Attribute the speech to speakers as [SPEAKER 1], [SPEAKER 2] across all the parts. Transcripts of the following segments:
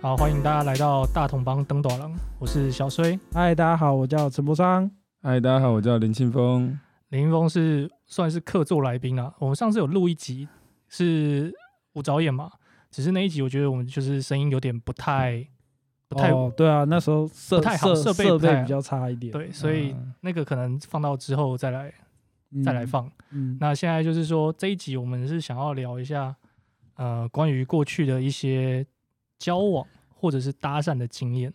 [SPEAKER 1] 好，欢迎大家来到大同帮登斗郎，我是小衰。
[SPEAKER 2] 嗨，大家好，我叫陈柏商。
[SPEAKER 3] 嗨，大家好，我叫林庆峰。
[SPEAKER 1] 林峰是算是客座来宾啊，我们上次有录一集是吴导演嘛，只是那一集我觉得我们就是声音有点不太不太、
[SPEAKER 2] 哦，对啊，那时候设
[SPEAKER 1] 不太好
[SPEAKER 2] 设
[SPEAKER 1] 设备不
[SPEAKER 2] 设
[SPEAKER 1] 太好
[SPEAKER 2] 备比较差一点，
[SPEAKER 1] 对，所以
[SPEAKER 3] 嗯
[SPEAKER 1] 那个可能放到之后再来
[SPEAKER 2] 嗯
[SPEAKER 1] 再来。放。
[SPEAKER 2] 嗯，
[SPEAKER 1] 那现在就是说这一集我们是想要聊一下，呃，关于过去的一些交往或者是搭讪的经验。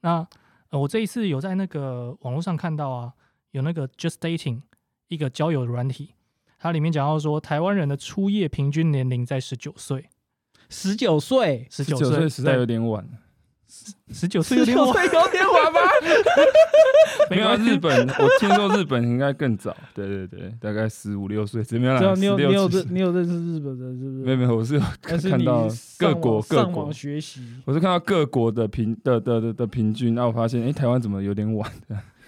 [SPEAKER 1] 那、呃、我这一次有在那个网络上看到啊，有那个 Just Dating 一个交友软体，它里面讲到说台湾人的初夜平均年龄在十九岁，
[SPEAKER 2] 十九岁，
[SPEAKER 1] 十
[SPEAKER 3] 十
[SPEAKER 1] 九
[SPEAKER 3] 九岁实在有
[SPEAKER 1] 岁，
[SPEAKER 3] 点晚，
[SPEAKER 1] 十九岁有
[SPEAKER 2] 十
[SPEAKER 1] 点
[SPEAKER 2] 九
[SPEAKER 1] 晚，
[SPEAKER 2] 岁有点晚 吧？
[SPEAKER 3] 没有啊
[SPEAKER 1] 关系
[SPEAKER 3] 日本， 我听说日本应该更早，对对对，大概十五六岁，怎么样
[SPEAKER 2] 只有
[SPEAKER 3] 啦？
[SPEAKER 2] 啊你
[SPEAKER 3] 十
[SPEAKER 2] 有你有
[SPEAKER 3] 六
[SPEAKER 2] 认
[SPEAKER 3] 岁，
[SPEAKER 2] 你有认识日本人是不
[SPEAKER 3] 没有
[SPEAKER 2] 是？
[SPEAKER 3] 没有，我是有
[SPEAKER 2] 还是
[SPEAKER 3] 看
[SPEAKER 2] 你
[SPEAKER 3] 到
[SPEAKER 2] 上
[SPEAKER 3] 各国
[SPEAKER 2] 网
[SPEAKER 3] 各
[SPEAKER 2] 上
[SPEAKER 3] 国
[SPEAKER 2] 网学习？
[SPEAKER 3] 我是看到各国的平的的的的平均，然后我发现，哎，台湾怎么有点晚？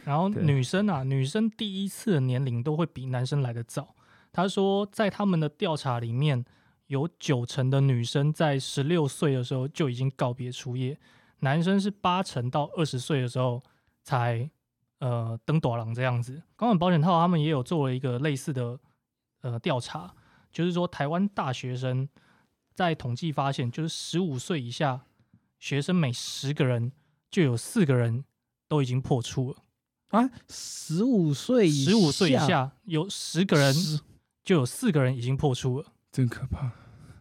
[SPEAKER 1] 然后
[SPEAKER 3] 对
[SPEAKER 1] 女生啊，女生第一次的年龄都会比男生来得早。他说，在他们的调查里面，有九成的女生在十六岁的时候就已经告别初夜，男生是八成到二十岁的时候才呃登短廊这样子。港本保险套他们也有做了一个类似的呃调查，就是说台湾大学生在统计发现，就是十五岁以下学生每十个人就有四个人都已经破处了。
[SPEAKER 2] 啊，十五岁以
[SPEAKER 1] 十五岁以
[SPEAKER 2] 下，
[SPEAKER 1] 下有十个人，就有四个人已经破处了。
[SPEAKER 3] 真可怕！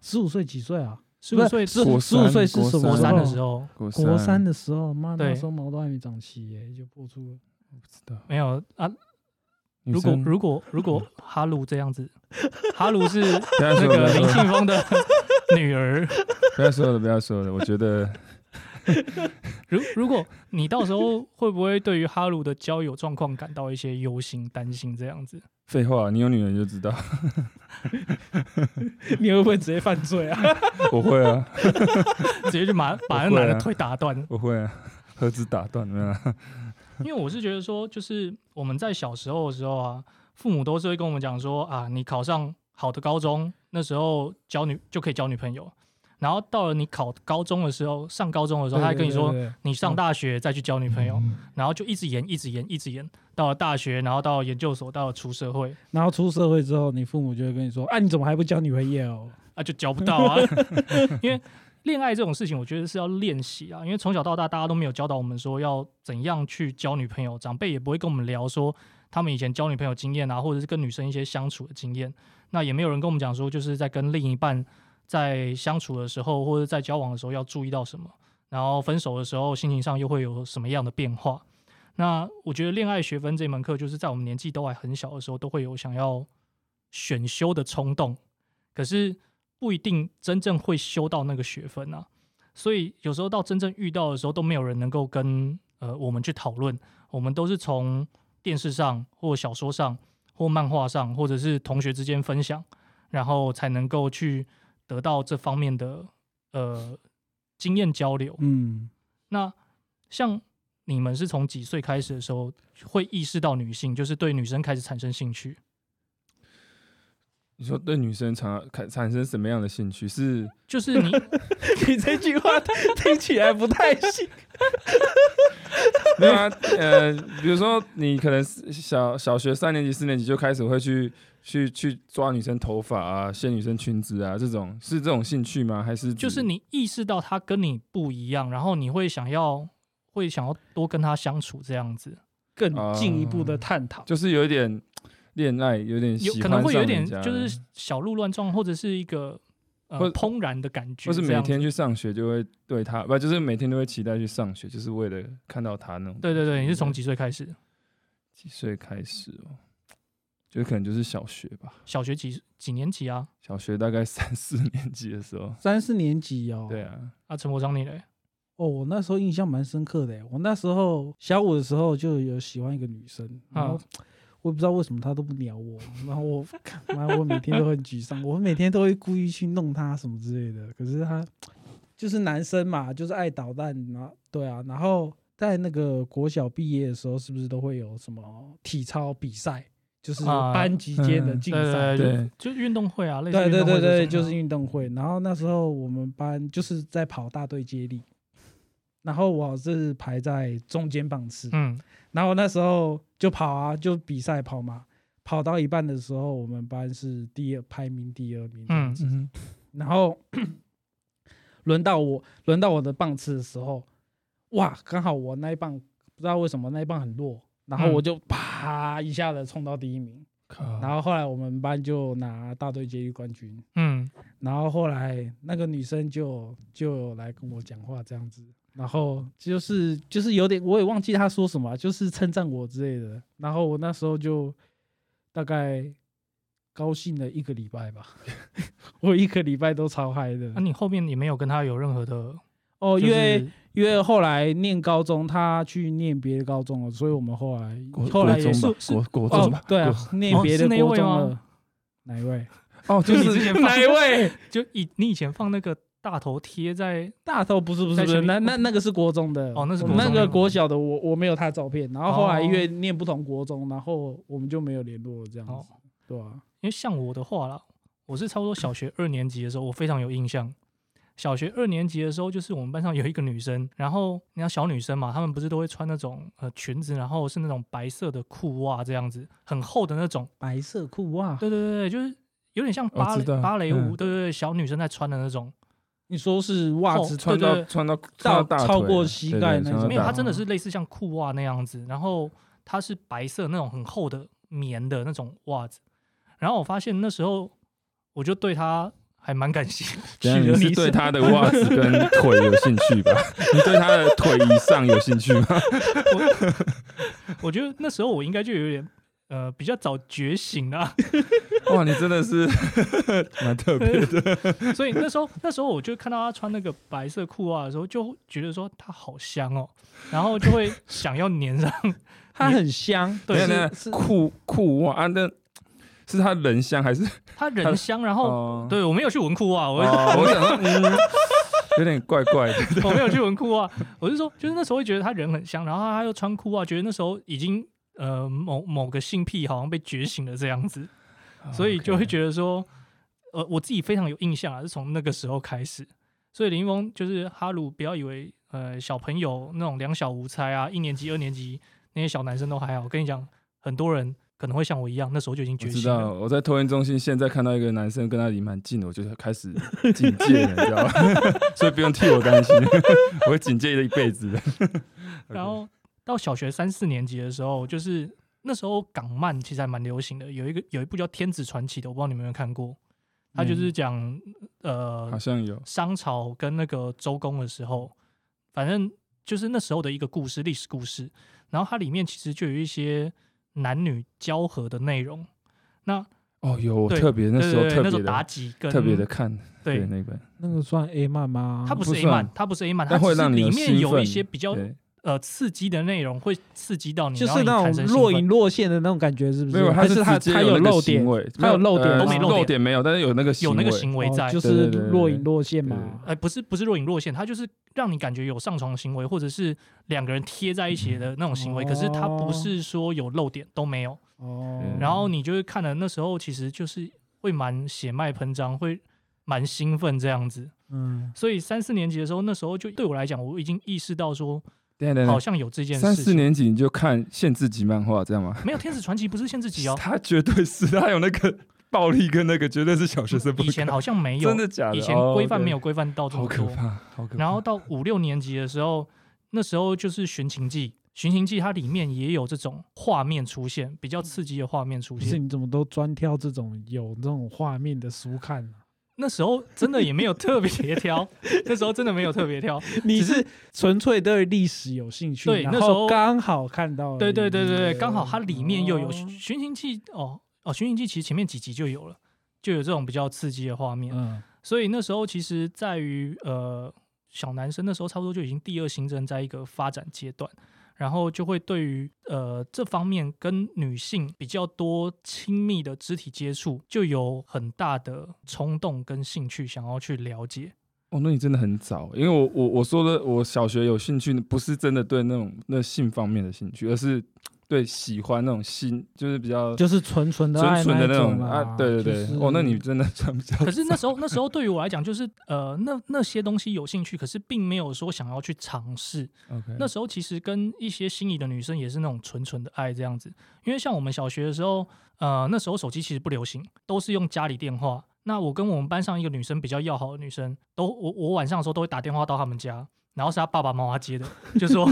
[SPEAKER 2] 十五岁几岁啊？
[SPEAKER 1] 十五岁
[SPEAKER 2] 十
[SPEAKER 3] 国
[SPEAKER 2] 五
[SPEAKER 3] 三
[SPEAKER 2] 岁是
[SPEAKER 3] 国
[SPEAKER 2] 什么
[SPEAKER 1] 国三的
[SPEAKER 2] 候
[SPEAKER 1] 时候
[SPEAKER 3] 国
[SPEAKER 2] 国三的时候，妈
[SPEAKER 1] 对
[SPEAKER 2] 那时候毛都还没长齐耶，就破处了。
[SPEAKER 3] 不知道。
[SPEAKER 1] 没有啊？
[SPEAKER 3] 女
[SPEAKER 1] 如果
[SPEAKER 3] 生
[SPEAKER 1] 如果如果哈鲁这样子，哈鲁是
[SPEAKER 3] 不要
[SPEAKER 1] 那
[SPEAKER 3] 说不要
[SPEAKER 1] 个林
[SPEAKER 3] 说
[SPEAKER 1] 庆峰的 女儿。
[SPEAKER 3] 不要说了，不要说了，我觉得
[SPEAKER 1] 如如果你到时候会不会对于哈鲁的交友状况感到一些忧心、担心这样子？
[SPEAKER 3] 废话，你有女人就知道，
[SPEAKER 2] 你会不会直接犯罪啊？
[SPEAKER 3] 我会啊，
[SPEAKER 1] 直接就把把那
[SPEAKER 3] 不会
[SPEAKER 1] 男
[SPEAKER 3] 啊
[SPEAKER 1] 的腿打断。
[SPEAKER 3] 我会啊，何止打断，没有啊
[SPEAKER 1] 因为我是觉得说，就是我们在小时候的时候啊，父母都是会跟我们讲说啊，你考上好的高中，那时候交女就可以交女朋友。然后到了你考高中的时候，上高中的时候，他还跟你说
[SPEAKER 2] 对，嗯对对对
[SPEAKER 1] 你上大学再去交女朋友，然后就一直延，一直延，一直延，到了大学，然后到了研究所，到了出社会
[SPEAKER 2] 然后出社会之后，你父母就会跟你说：“啊，你怎么还不交女朋友
[SPEAKER 1] 啊，就交不到啊。 因为恋爱这种事情，我觉得是要练习啊，因为从小到大大家都没有教导我们说要怎样去交女朋友，长辈也不会跟我们聊说他们以前交女朋友经验啊，或者是跟女生一些相处的经验，那也没有人跟我们讲说就是在跟另一半在相处的时候，或者在交往的时候要注意到什么，然后分手的时候心情上又会有什么样的变化。那我觉得恋爱学分这门课，就是在我们年纪都还很小的时候，都会有想要选修的冲动，可是不一定真正会修到那个学分啊。所以有时候到真正遇到的时候，都没有人能够跟呃我们去讨论，我们都是从电视上或小说上或漫画上，或者是同学之间分享，然后才能够去得到这方面的呃经验交流？”。
[SPEAKER 2] 嗯，
[SPEAKER 1] 那像你们是从几岁开始的时候会意识到女性，就是对女生开始产生兴趣？
[SPEAKER 3] 你说对女生产产产生什么样的兴趣？是
[SPEAKER 1] 就是你
[SPEAKER 2] 你这句话听起来 不太信。
[SPEAKER 3] 没有啊，呃，比如说你可能是小小学三年级、四年级就开始会去去去抓女生头发啊、掀女生裙子啊，这种是这种兴趣吗？还是指
[SPEAKER 1] 就是你意识到她跟你不一样，然后你会想要会想要多跟她相处这样子，
[SPEAKER 2] 更进一步的探讨。
[SPEAKER 3] 就是有一点恋爱，有点
[SPEAKER 1] 有
[SPEAKER 3] 喜
[SPEAKER 1] 可
[SPEAKER 3] 欢
[SPEAKER 1] 能会有
[SPEAKER 3] 上
[SPEAKER 1] 一点
[SPEAKER 3] 人家
[SPEAKER 1] 就是小鹿乱撞，或者是一个呃
[SPEAKER 3] 或
[SPEAKER 1] 怦然的感觉
[SPEAKER 3] 或是
[SPEAKER 1] 这样子，
[SPEAKER 3] 每天去上学就会对她，不就是每天都会期待去上学，就是为了看到她那种。
[SPEAKER 1] 对对对，你是从几岁开始？
[SPEAKER 3] 几岁开始哦？就可能就是小学吧，
[SPEAKER 1] 小学几几年级啊？
[SPEAKER 3] 小学大概三四年级的时候。
[SPEAKER 2] 三四年级哦，
[SPEAKER 3] 对啊，
[SPEAKER 1] 啊，陈国章你嘞？
[SPEAKER 2] 哦，我那时候印象蛮深刻的耶。欸我那时候小五的时候就有喜欢一个女生，然后
[SPEAKER 1] 啊
[SPEAKER 2] 我也不知道为什么她都不鸟我，然后我妈，我每天都很沮丧，我每天都会故意去弄她什么之类的。可是她就是男生嘛，就是爱捣蛋，然后对啊，然后在那个国小毕业的时候，是不是都会有什么体操比赛，就是
[SPEAKER 1] 啊
[SPEAKER 2] 班级间的
[SPEAKER 3] 嗯
[SPEAKER 2] 竞
[SPEAKER 1] 对
[SPEAKER 2] 赛？
[SPEAKER 1] 对
[SPEAKER 3] 对，
[SPEAKER 1] 就运动会啊，类似
[SPEAKER 2] 对
[SPEAKER 1] 运
[SPEAKER 2] 对
[SPEAKER 1] 动会
[SPEAKER 2] 对
[SPEAKER 1] 这
[SPEAKER 2] 对，
[SPEAKER 1] 种
[SPEAKER 2] 就是
[SPEAKER 1] 的
[SPEAKER 2] 运动会。然后那时候我们班就是在跑大队接力，然后我是排在中间棒次，
[SPEAKER 1] 嗯
[SPEAKER 2] 然后那时候就跑啊，就比赛跑嘛，跑到一半的时候，我们班是第二排名第二名，
[SPEAKER 1] 嗯
[SPEAKER 3] 嗯
[SPEAKER 2] 然后 轮到我，轮到我的棒次的时候，哇，刚好我那一棒不知道为什么那一棒很弱，然后
[SPEAKER 1] 嗯
[SPEAKER 2] 我就啪一下子冲到第一名，
[SPEAKER 3] 哼，
[SPEAKER 2] 然后后来我们班就拿大队接力冠军，
[SPEAKER 1] 嗯，
[SPEAKER 2] 然后后来那个女生就就有来跟我讲话这样子，然后就是就是有点我也忘记她说什么啊，就是称赞我之类的，然后我那时候就大概高兴了一个礼拜吧， 我一个礼拜都超嗨的
[SPEAKER 1] 那、你后面也没有跟他有任何的，
[SPEAKER 2] 哦，
[SPEAKER 1] 嗯就
[SPEAKER 2] 因为
[SPEAKER 1] 是
[SPEAKER 2] 因为后来念高中，她去念别的高中了，所以我们后来
[SPEAKER 3] 国
[SPEAKER 2] 后来也
[SPEAKER 3] 国
[SPEAKER 1] 是
[SPEAKER 3] 中吧
[SPEAKER 1] 是
[SPEAKER 3] 国国中
[SPEAKER 2] 哦
[SPEAKER 3] 吧，
[SPEAKER 2] 对啊，念别的
[SPEAKER 1] 是那一
[SPEAKER 2] 高
[SPEAKER 1] 位
[SPEAKER 2] 中
[SPEAKER 1] 吗
[SPEAKER 2] 了，哪 一位？
[SPEAKER 3] 哦，就
[SPEAKER 1] 就你之
[SPEAKER 3] 是
[SPEAKER 1] 前放，
[SPEAKER 2] 位？
[SPEAKER 1] 就以你以前放那个大头贴在，
[SPEAKER 2] 大头不是不是
[SPEAKER 1] 在
[SPEAKER 2] 不
[SPEAKER 1] 学
[SPEAKER 2] 是，
[SPEAKER 1] 历
[SPEAKER 2] 那那那个是国中的
[SPEAKER 1] 哦那是
[SPEAKER 2] 我
[SPEAKER 3] 国中
[SPEAKER 2] 那
[SPEAKER 3] 的
[SPEAKER 2] 个国小的我，我没有他照片，然后后来
[SPEAKER 1] 哦
[SPEAKER 2] 因为念不同国中，然后我们就没有联络这样
[SPEAKER 1] 哦
[SPEAKER 2] 子，对啊，
[SPEAKER 1] 因为像我的话啦，我是差不多小学二年级的时候，我非常有印象。小学二年级的时候，就是我们班上有一个女生，然后你看小女生嘛，她们不是都会穿那种呃裙子，然后是那种白色的裤袜这样子，很厚的那种。
[SPEAKER 2] 白色裤袜，
[SPEAKER 1] 对对对对，就是有点像
[SPEAKER 3] 我
[SPEAKER 1] 芭
[SPEAKER 3] 知
[SPEAKER 1] 蕾
[SPEAKER 3] 道
[SPEAKER 1] 芭蕾舞，
[SPEAKER 3] 嗯
[SPEAKER 1] 对对对，小女生在穿的那种。
[SPEAKER 2] 你说是袜
[SPEAKER 1] 哦
[SPEAKER 2] 子
[SPEAKER 3] 穿
[SPEAKER 1] 对
[SPEAKER 3] 到
[SPEAKER 1] 对
[SPEAKER 3] 穿到穿到大腿
[SPEAKER 2] 超过膝盖
[SPEAKER 3] 对对
[SPEAKER 2] 那种
[SPEAKER 3] 穿到
[SPEAKER 1] 没有，
[SPEAKER 3] 大
[SPEAKER 1] 它
[SPEAKER 2] 他
[SPEAKER 1] 真的是类似像裤袜那样子，然后它是白色那种很厚的棉的那种袜子。然后我发现那时候我就对它还蛮感兴趣
[SPEAKER 3] 等一下
[SPEAKER 1] 的。
[SPEAKER 3] 你是对他的袜子跟 腿有兴趣吧？你对他的腿以上有兴趣吗？
[SPEAKER 1] 我觉得那时候我应该就有点呃比较早觉醒啊，
[SPEAKER 3] 哇，你真的 是蛮特别的。
[SPEAKER 1] 所以那时候那时候我就看到她穿那个白色裤袜的时候，就觉得说她好香哦，然后就会想要粘上。
[SPEAKER 2] 它很香，
[SPEAKER 1] 对
[SPEAKER 3] 等一下
[SPEAKER 2] 是
[SPEAKER 3] 等一
[SPEAKER 2] 是
[SPEAKER 3] 下酷酷袜啊，那是他人香还是？
[SPEAKER 1] 它人香，然后
[SPEAKER 3] 哦，
[SPEAKER 1] 对我没有去闻裤袜，我
[SPEAKER 3] 哦，我想说， 嗯，有点怪怪的。
[SPEAKER 1] 我没有去闻裤袜，我是说，就是那时候会觉得他人很香，然后他又穿裤啊袜，觉得那时候已经呃某某个性癖好像被觉醒了这样 子，
[SPEAKER 3] 啊
[SPEAKER 1] 所以就会觉得说，呃，我自己非常有印象啊，是从那个时候开始。所以林一峰就是哈鲁，不要以为呃小朋友那种两小无猜啊，一年级、二年级那些小男生都还好。我跟你讲，很多人可能会像我一样，那时候就已经
[SPEAKER 3] 我
[SPEAKER 1] 觉
[SPEAKER 3] 知
[SPEAKER 1] 醒
[SPEAKER 3] 道，
[SPEAKER 1] 了。
[SPEAKER 3] 我在托运中心现在看到一个男生跟他离蛮近的，我就开始警戒了，你知道吗？ 所以不用替我担心， 我会警戒一辈子的。
[SPEAKER 1] 然后到小学三四年级的时候，就是那时候港漫其实还蛮流行的，有一个有一部叫《天子传奇》的，我不知道你们有没有看过。它就是讲、
[SPEAKER 3] 嗯好
[SPEAKER 1] 呃
[SPEAKER 3] 像有，
[SPEAKER 1] 商朝跟那个周公的时候，反正就是那时候的一个故事，历史故事。然后它里面其实就有一些男女交合的内容。那
[SPEAKER 3] 哦，有，我
[SPEAKER 1] 对
[SPEAKER 3] 特别那时候
[SPEAKER 1] 对对对
[SPEAKER 3] 特
[SPEAKER 1] 那时
[SPEAKER 3] 别
[SPEAKER 1] 候妲
[SPEAKER 3] 的
[SPEAKER 1] 己跟
[SPEAKER 3] 特别的看，对
[SPEAKER 1] 对，
[SPEAKER 3] 那本，
[SPEAKER 2] 那个算 A 啊漫吗？
[SPEAKER 1] 它不
[SPEAKER 3] 不
[SPEAKER 1] 是 A
[SPEAKER 3] 算
[SPEAKER 1] 漫，它不是 A 漫，它
[SPEAKER 3] 但会
[SPEAKER 1] 只是
[SPEAKER 3] 让你有
[SPEAKER 1] 里
[SPEAKER 3] 兴
[SPEAKER 1] 面有一
[SPEAKER 3] 奋
[SPEAKER 1] 些比较
[SPEAKER 3] 对，
[SPEAKER 1] 呃刺激的内容，会刺激到你，
[SPEAKER 2] 嗯就
[SPEAKER 1] 然后
[SPEAKER 2] 是
[SPEAKER 1] 你
[SPEAKER 2] 那
[SPEAKER 1] 产
[SPEAKER 2] 种
[SPEAKER 1] 生
[SPEAKER 2] 若
[SPEAKER 1] 兴奋
[SPEAKER 2] 隐若现的那种感觉，是不
[SPEAKER 3] 没有，
[SPEAKER 2] 还
[SPEAKER 3] 是
[SPEAKER 2] 是它
[SPEAKER 3] 直接
[SPEAKER 2] 它
[SPEAKER 3] 有那个
[SPEAKER 2] 漏点
[SPEAKER 3] 行，为，
[SPEAKER 2] 它有
[SPEAKER 3] 没
[SPEAKER 2] 漏点
[SPEAKER 3] 呃
[SPEAKER 1] 都没漏点
[SPEAKER 3] 点没有，但是有那个
[SPEAKER 1] 有那个
[SPEAKER 3] 为
[SPEAKER 1] 行为
[SPEAKER 2] 哦
[SPEAKER 1] 在，
[SPEAKER 2] 就
[SPEAKER 3] 对对
[SPEAKER 2] 是
[SPEAKER 3] 对对
[SPEAKER 2] 若隐若现嘛
[SPEAKER 3] 对。
[SPEAKER 1] 呃，不是不是若隐若现，它就是让你感觉有上床行为，或者是两个人贴在一起的那种行为，可是它
[SPEAKER 3] 哦
[SPEAKER 1] 不是说有漏点都没有。
[SPEAKER 2] 哦，
[SPEAKER 3] 嗯
[SPEAKER 1] 然后你就是看了那时候，其实就是会蛮血脉喷张，会蛮兴奋这样子。
[SPEAKER 2] 嗯，
[SPEAKER 1] 所以三四年级的时候，那时候就对我来讲，我已经意识到说
[SPEAKER 3] 等一下等一下
[SPEAKER 1] 好像有这件
[SPEAKER 3] 嗯三
[SPEAKER 1] 事
[SPEAKER 3] 四
[SPEAKER 1] 情。
[SPEAKER 3] 年级你就看限制级漫画，这样吗？
[SPEAKER 1] 没有《天使传奇》不是限制 级哦，
[SPEAKER 3] 他绝对是，他有那个 暴力跟那个，绝对是小学生不
[SPEAKER 1] 以前
[SPEAKER 3] 敢
[SPEAKER 1] 好像没 有
[SPEAKER 3] 真，的假的？
[SPEAKER 1] 以前
[SPEAKER 3] 哦
[SPEAKER 1] 规范
[SPEAKER 3] ，OK
[SPEAKER 1] 没有规范到这
[SPEAKER 3] 好
[SPEAKER 1] 么
[SPEAKER 3] 可
[SPEAKER 1] 多。
[SPEAKER 3] 怕，好可怕。
[SPEAKER 1] 然后到五六年级的时候，那时候就是《寻秦记》，《寻秦记》它里面也有这种画面出现，比较刺激的画面出
[SPEAKER 2] 不是
[SPEAKER 1] 现。
[SPEAKER 2] 你怎么都专挑这种有这种画面的书看呢？
[SPEAKER 1] 那时候真的也没有特别挑， 那时候真的没有特别挑。
[SPEAKER 2] 你
[SPEAKER 1] 只
[SPEAKER 2] 是纯粹对历史有兴趣，
[SPEAKER 1] 对
[SPEAKER 2] 然
[SPEAKER 1] 那时
[SPEAKER 2] 后
[SPEAKER 1] 候
[SPEAKER 2] 刚好看到而已，
[SPEAKER 1] 对对对对对，刚好它里面又有
[SPEAKER 2] 哦
[SPEAKER 1] 《寻秦记》哦哦，《寻秦记》其实前面几集就有了，就有这种比较刺激的画面。
[SPEAKER 2] 嗯，
[SPEAKER 1] 所以那时候其实在于呃小男生那时候差不多就已经第二性征在一个发展阶段，然后就会对于呃这方面跟女性比较多亲密的肢体接触，就有很大的冲动跟兴趣想要去了解。
[SPEAKER 3] 哦，那你真的很早，因为我我我说的，我小学有兴趣，不是真的对那种那性方面的兴趣，而是对喜欢那种心，就是比较
[SPEAKER 2] 就是纯纯的爱
[SPEAKER 3] 纯纯的
[SPEAKER 2] 那
[SPEAKER 3] 种
[SPEAKER 2] 啦
[SPEAKER 3] 啊，对对对，
[SPEAKER 2] 就是
[SPEAKER 3] 哦，那你真的算比较
[SPEAKER 1] 可是那时候，那时候对于我来讲，就是呃，那那些东西有兴趣，可是并没有说想要去尝试。
[SPEAKER 3] OK，
[SPEAKER 1] 那时候其实跟一些心仪的女生也是那种纯纯的爱这样子，因为像我们小学的时候，呃，那时候手机其实不流行，都是用家里电话。那我跟我们班上一个女生比较要好的女生，都我我晚上的时候都会打电话到他们家，然后是她爸爸妈妈接的，就说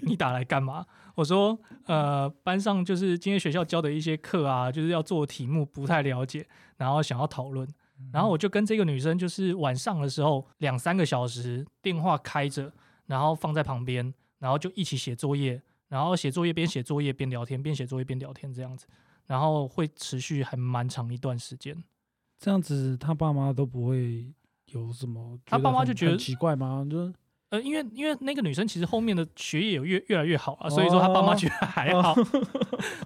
[SPEAKER 1] 你打来干嘛？我说呃，班上就是今天学校教的一些课啊，就是要做题目，不太了解，然后想要讨论。然后我就跟这个女生，就是晚上的时候两三个小时，电话开着，然后放在旁边，然后就一起写作业，然后写作业边写作业边聊天，边写作业边聊天这样子，然后会持续还蛮长一段时间。
[SPEAKER 2] 这样子，他爸妈都不会有什么觉得很，
[SPEAKER 1] 他爸妈就觉得
[SPEAKER 2] 很奇怪吗？就是
[SPEAKER 1] 呃，因为因为那个女生其实后面的学业有越越来越好啊，所以说她爸妈觉得还好，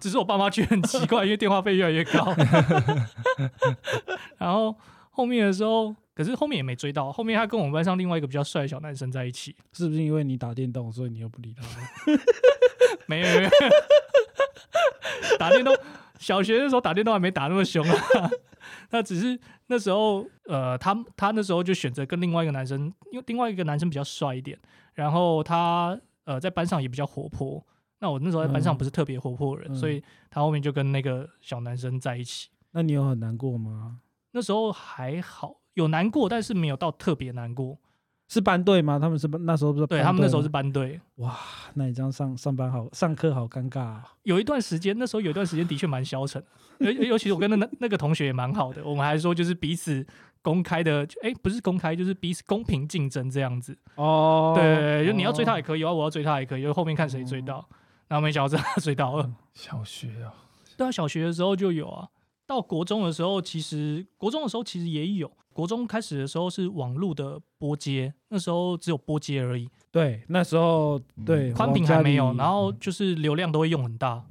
[SPEAKER 1] 只是我爸妈觉得很奇怪，因为电话费越来越高。 然后后面的时候，可是后面也没追到，后面她跟我们班上另外一个比较帅的小男生在一起，
[SPEAKER 2] 是不是因为你打电动，所以你又不理他？
[SPEAKER 1] 没有没 有，打电动，小学的时候打电动还没打那么凶啊。 那只是那时候，呃，他他那时候就选择跟另外一个男生，因为另外一个男生比较帅一点，然后他呃在班上也比较活泼。那我那时候在班上
[SPEAKER 2] 嗯
[SPEAKER 1] 不是特别活泼的人，
[SPEAKER 2] 嗯
[SPEAKER 1] 所以他后面就跟那个小男生在一起。
[SPEAKER 2] 那你有很难过吗？
[SPEAKER 1] 那时候还好，有难过，但是没有到特别难过。
[SPEAKER 2] 是班队吗？他们是班那时候不是
[SPEAKER 1] 对
[SPEAKER 2] 班队
[SPEAKER 1] 他们那时候是
[SPEAKER 2] 吗
[SPEAKER 1] 班队，
[SPEAKER 2] 哇，那你这样上上班好上课好尴尬、啊。
[SPEAKER 1] 有一段时间，那时候有一段时间的确蛮消沉的， 尤尤其是我跟那那那个同学也蛮好的，我们还说就是彼此公开的，哎、不是公开，就是彼此公平竞争这样子。
[SPEAKER 2] 哦哦
[SPEAKER 1] 对，就你要追他也可以啊，我要追他也可以，就后面看谁追到。然后没想到真的追到
[SPEAKER 2] 嗯
[SPEAKER 1] 了。
[SPEAKER 3] 小学啊，
[SPEAKER 1] 对啊，小学的时候就有啊，到国中的时候，其实国中的时候其实也有。国中开始的时候是网络的拨接，那时候只有拨接而已，
[SPEAKER 2] 对，那时候
[SPEAKER 3] 嗯
[SPEAKER 2] 对
[SPEAKER 1] 宽
[SPEAKER 3] 哦
[SPEAKER 1] 屏还没有，然
[SPEAKER 2] 后
[SPEAKER 1] 后就是流量都会用很大。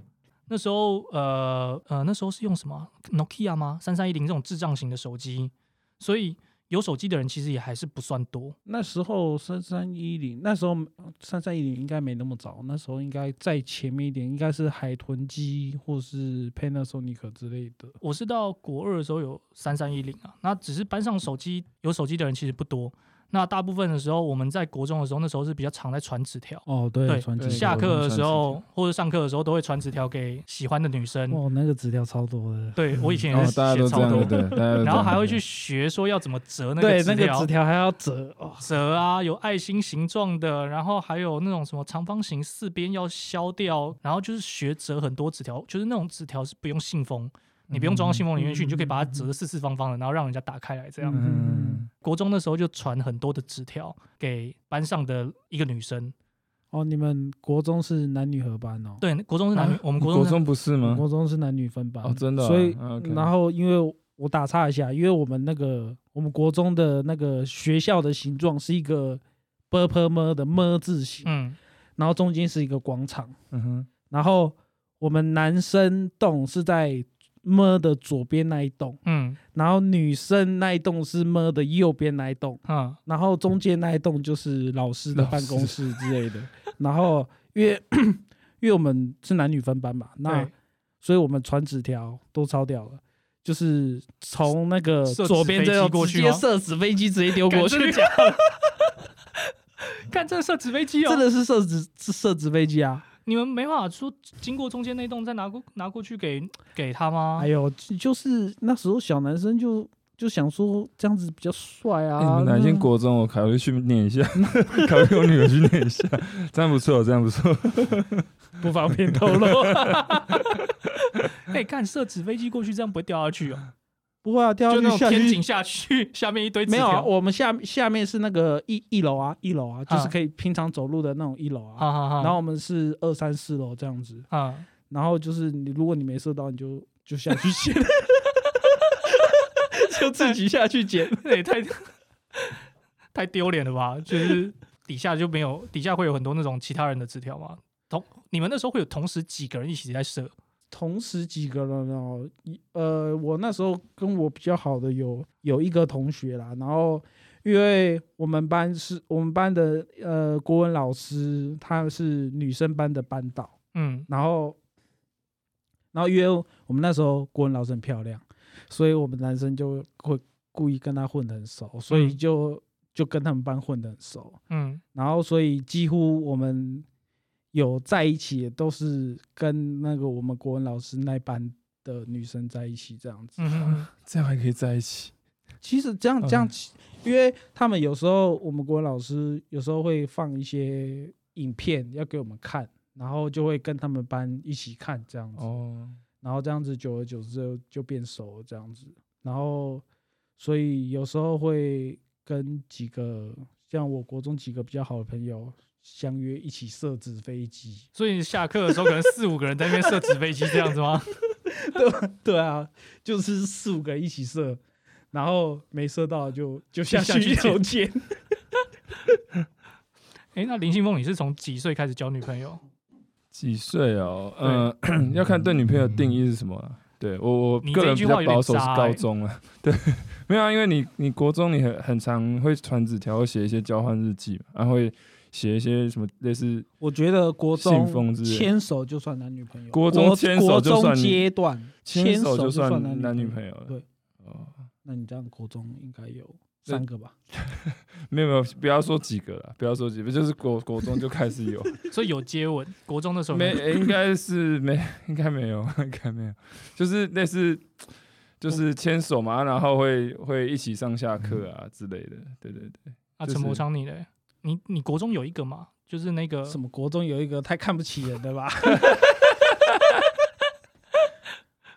[SPEAKER 1] 那时候，呃呃，那时候是用什么 Nokia 吗？三三一零这种智障型的手机，所以有手机的人其实也还是不算多。
[SPEAKER 2] 那时候三三一零，那时候三三一零应该没那么早，那时候应该在前面一点，应该是海豚机或是 Panasonic 之类的。
[SPEAKER 1] 我是到国二的时候有三三一零啊，那只是班上手机有手机的人其实不多。那大部分的时候，我们在国中的时候，那时候是比较常在传纸条，
[SPEAKER 2] 哦，对，
[SPEAKER 1] 对
[SPEAKER 2] 传纸
[SPEAKER 3] 对
[SPEAKER 1] 下
[SPEAKER 2] 条
[SPEAKER 1] 课的时
[SPEAKER 3] 国中传
[SPEAKER 1] 候或者上课的时候都会传纸条给喜欢的女生。
[SPEAKER 2] 哦，那个纸条超多的。
[SPEAKER 1] 对我以前
[SPEAKER 3] 然
[SPEAKER 1] 也
[SPEAKER 3] 后
[SPEAKER 1] 是
[SPEAKER 3] 哦大家都
[SPEAKER 1] 写
[SPEAKER 3] 这
[SPEAKER 1] 超
[SPEAKER 3] 样
[SPEAKER 1] 多
[SPEAKER 3] 的，，对，大家都这
[SPEAKER 1] 然后
[SPEAKER 3] 样
[SPEAKER 1] 还会
[SPEAKER 3] 对
[SPEAKER 1] 去学说要怎么折那个
[SPEAKER 2] 对，
[SPEAKER 1] 纸
[SPEAKER 2] 那个
[SPEAKER 1] 条
[SPEAKER 2] 纸。条还要折哦。
[SPEAKER 1] 折啊，有爱心形状的，然后还有那种什么长方形四边要削掉，然后就是学折很多纸条，就是那种纸条是不用信封，你不用装到信封里面去，
[SPEAKER 2] 嗯
[SPEAKER 1] 你就可以把它折得四四方方的，然后让人家打开来这样。
[SPEAKER 3] 嗯，
[SPEAKER 1] 国中的时候就传很多的纸条给班上的一个女生，
[SPEAKER 2] 哦，你们国中是男女合班哦？
[SPEAKER 1] 对，国中是男女，
[SPEAKER 2] 啊
[SPEAKER 1] 我们国
[SPEAKER 3] 国
[SPEAKER 1] 中是
[SPEAKER 3] 中不是吗？
[SPEAKER 2] 国中是男女分班
[SPEAKER 3] 哦真的啊
[SPEAKER 2] 所以、
[SPEAKER 3] 啊，OK
[SPEAKER 2] 然后因为我打岔一下，因为我们那个我们国中的那个学校的形状是一个 b p m 的么字形，
[SPEAKER 1] 嗯
[SPEAKER 2] 然后中间是一个广场，
[SPEAKER 3] 嗯哼，
[SPEAKER 2] 然后我们男生栋是在么的左边那一栋，
[SPEAKER 1] 嗯
[SPEAKER 2] 然后女生那一栋是么的右边那一栋，
[SPEAKER 1] 嗯，
[SPEAKER 2] 然后中间那一栋就是老师的
[SPEAKER 3] 老
[SPEAKER 2] 办
[SPEAKER 3] 师
[SPEAKER 2] 公室 之类的，然后因为 因为我们是男女分班嘛，那
[SPEAKER 1] 对。
[SPEAKER 2] 所以我们传纸条都抄掉了，就是从那个
[SPEAKER 1] 射
[SPEAKER 2] 左
[SPEAKER 1] 纸
[SPEAKER 2] 边
[SPEAKER 1] 飞
[SPEAKER 2] 这
[SPEAKER 1] 机
[SPEAKER 2] 种
[SPEAKER 1] 过
[SPEAKER 2] 直
[SPEAKER 1] 去
[SPEAKER 2] 接
[SPEAKER 1] 吗
[SPEAKER 2] 射纸飞机直接丢过去，
[SPEAKER 1] 干真的假的？ 看这射纸飞机哦，
[SPEAKER 2] 真的是射纸是射纸飞机啊！
[SPEAKER 1] 你们没办法说经过中间那栋再拿过拿过去给给他吗？
[SPEAKER 2] 哎呦，就就是那时候小男生就就想说这样子比较帅
[SPEAKER 3] 哎你
[SPEAKER 2] 啊，
[SPEAKER 3] 们哪一天
[SPEAKER 2] 那
[SPEAKER 3] 国中我考虑去念一下， 考虑我女儿去念一下， 这样不错，这样不错，
[SPEAKER 2] 不方便透露，
[SPEAKER 1] 哎、看射纸飞机过去，这样不会掉下去哦、
[SPEAKER 2] 不会啊， 掉
[SPEAKER 1] 就那种
[SPEAKER 2] 下去下
[SPEAKER 1] 天
[SPEAKER 2] 去
[SPEAKER 1] 井下去， 下面一堆纸
[SPEAKER 2] 没有啊，
[SPEAKER 1] 条。
[SPEAKER 2] 我们下下面是那个一一楼啊，一楼啊，就是
[SPEAKER 1] 啊
[SPEAKER 2] 可以平常走路的那种一楼啊，
[SPEAKER 1] 哈哈哈。
[SPEAKER 2] 然后我们是二三四楼这样子，
[SPEAKER 1] 啊，
[SPEAKER 2] 然后就是你，如果你没射到，你就就下去捡， 就自己下去捡。
[SPEAKER 1] 那也太 太丢脸了吧？就是底下就没有，底下会有很多那种其他人的纸条嘛。同你们那时候会有同时几个人一起在射，
[SPEAKER 2] 同时几个人哦，一呃，我那时候跟我比较好的有有一个同学啦，然后因为我们班是我们班的呃国文老师，她是女生班的班导，
[SPEAKER 1] 嗯
[SPEAKER 2] 然后然后约我们那时候国文老师很漂亮，所以我们男生就会故意跟她混得很熟，所以
[SPEAKER 1] 嗯
[SPEAKER 2] 就、就跟他们班混得很熟。
[SPEAKER 1] 嗯
[SPEAKER 2] 然后所以几乎我们有在一起，也都是跟那个我们国文老师那班的女生在一起这样子。
[SPEAKER 1] 嗯嗯
[SPEAKER 3] 这样还可以在一起，
[SPEAKER 2] 其实这样
[SPEAKER 3] 嗯
[SPEAKER 2] 这样，因为他们有时候我们国文老师有时候会放一些影片要给我们看，然后就会跟他们班一起看这样
[SPEAKER 1] 嗯
[SPEAKER 2] 子，
[SPEAKER 3] 哦，
[SPEAKER 2] 然后这样子久而久之就就变熟了这样子，然后所以有时候会跟几个像我国中几个比较好的朋友相约一起射纸飞机，
[SPEAKER 1] 所以下课的时候可能四五个人在那边射纸飞机这样子吗？
[SPEAKER 2] 对啊，就是四五个一起射，然后没射到就就下
[SPEAKER 1] 下去
[SPEAKER 2] 去
[SPEAKER 1] 捡
[SPEAKER 2] 条件。
[SPEAKER 1] 诶，那林信峰，你是从几岁开始交女朋友？
[SPEAKER 3] 几岁哦？嗯、 要看对女朋友定义是什么了。对我我
[SPEAKER 1] 嗯你
[SPEAKER 3] 个
[SPEAKER 1] 这
[SPEAKER 3] 人
[SPEAKER 1] 一句
[SPEAKER 3] 比
[SPEAKER 1] 话
[SPEAKER 3] 较
[SPEAKER 1] 有点
[SPEAKER 3] 保守是
[SPEAKER 1] 渣
[SPEAKER 3] 高
[SPEAKER 1] 欸
[SPEAKER 3] 中了， 对，没有啊，因为你你国中你很很常会传纸条，会写一些交换日记嘛，然、后会写一些什么类似
[SPEAKER 2] 我觉得国
[SPEAKER 3] 信封之
[SPEAKER 2] 中
[SPEAKER 3] 类的
[SPEAKER 2] 牵手就算男女朋友，
[SPEAKER 3] 国中
[SPEAKER 2] 国
[SPEAKER 3] 牵手就算
[SPEAKER 2] 国中阶段
[SPEAKER 3] 牵
[SPEAKER 2] 手
[SPEAKER 3] 手就
[SPEAKER 2] 算
[SPEAKER 3] 算男女
[SPEAKER 2] 女
[SPEAKER 3] 朋
[SPEAKER 2] 友。
[SPEAKER 3] 友了。
[SPEAKER 2] 对
[SPEAKER 3] 哦，
[SPEAKER 2] 那你这样国中应该有三个吧？
[SPEAKER 3] 没有没有，不要说几个了，不要说几个，就是国国中就开始有，
[SPEAKER 1] 所以有接吻，国中的时候
[SPEAKER 3] 没
[SPEAKER 1] 有
[SPEAKER 3] 诶应该是没， 应该没有，应该没有，就是类似就是牵手嘛，然后会会一起上下课
[SPEAKER 1] 嗯
[SPEAKER 3] 啊之类的，对对对，
[SPEAKER 1] 啊，
[SPEAKER 3] 就
[SPEAKER 1] 陈柏
[SPEAKER 3] 是
[SPEAKER 1] 昌你嘞，你你国中有一个嘛？就是那个
[SPEAKER 2] 什么国中有一个太看不起人的吧？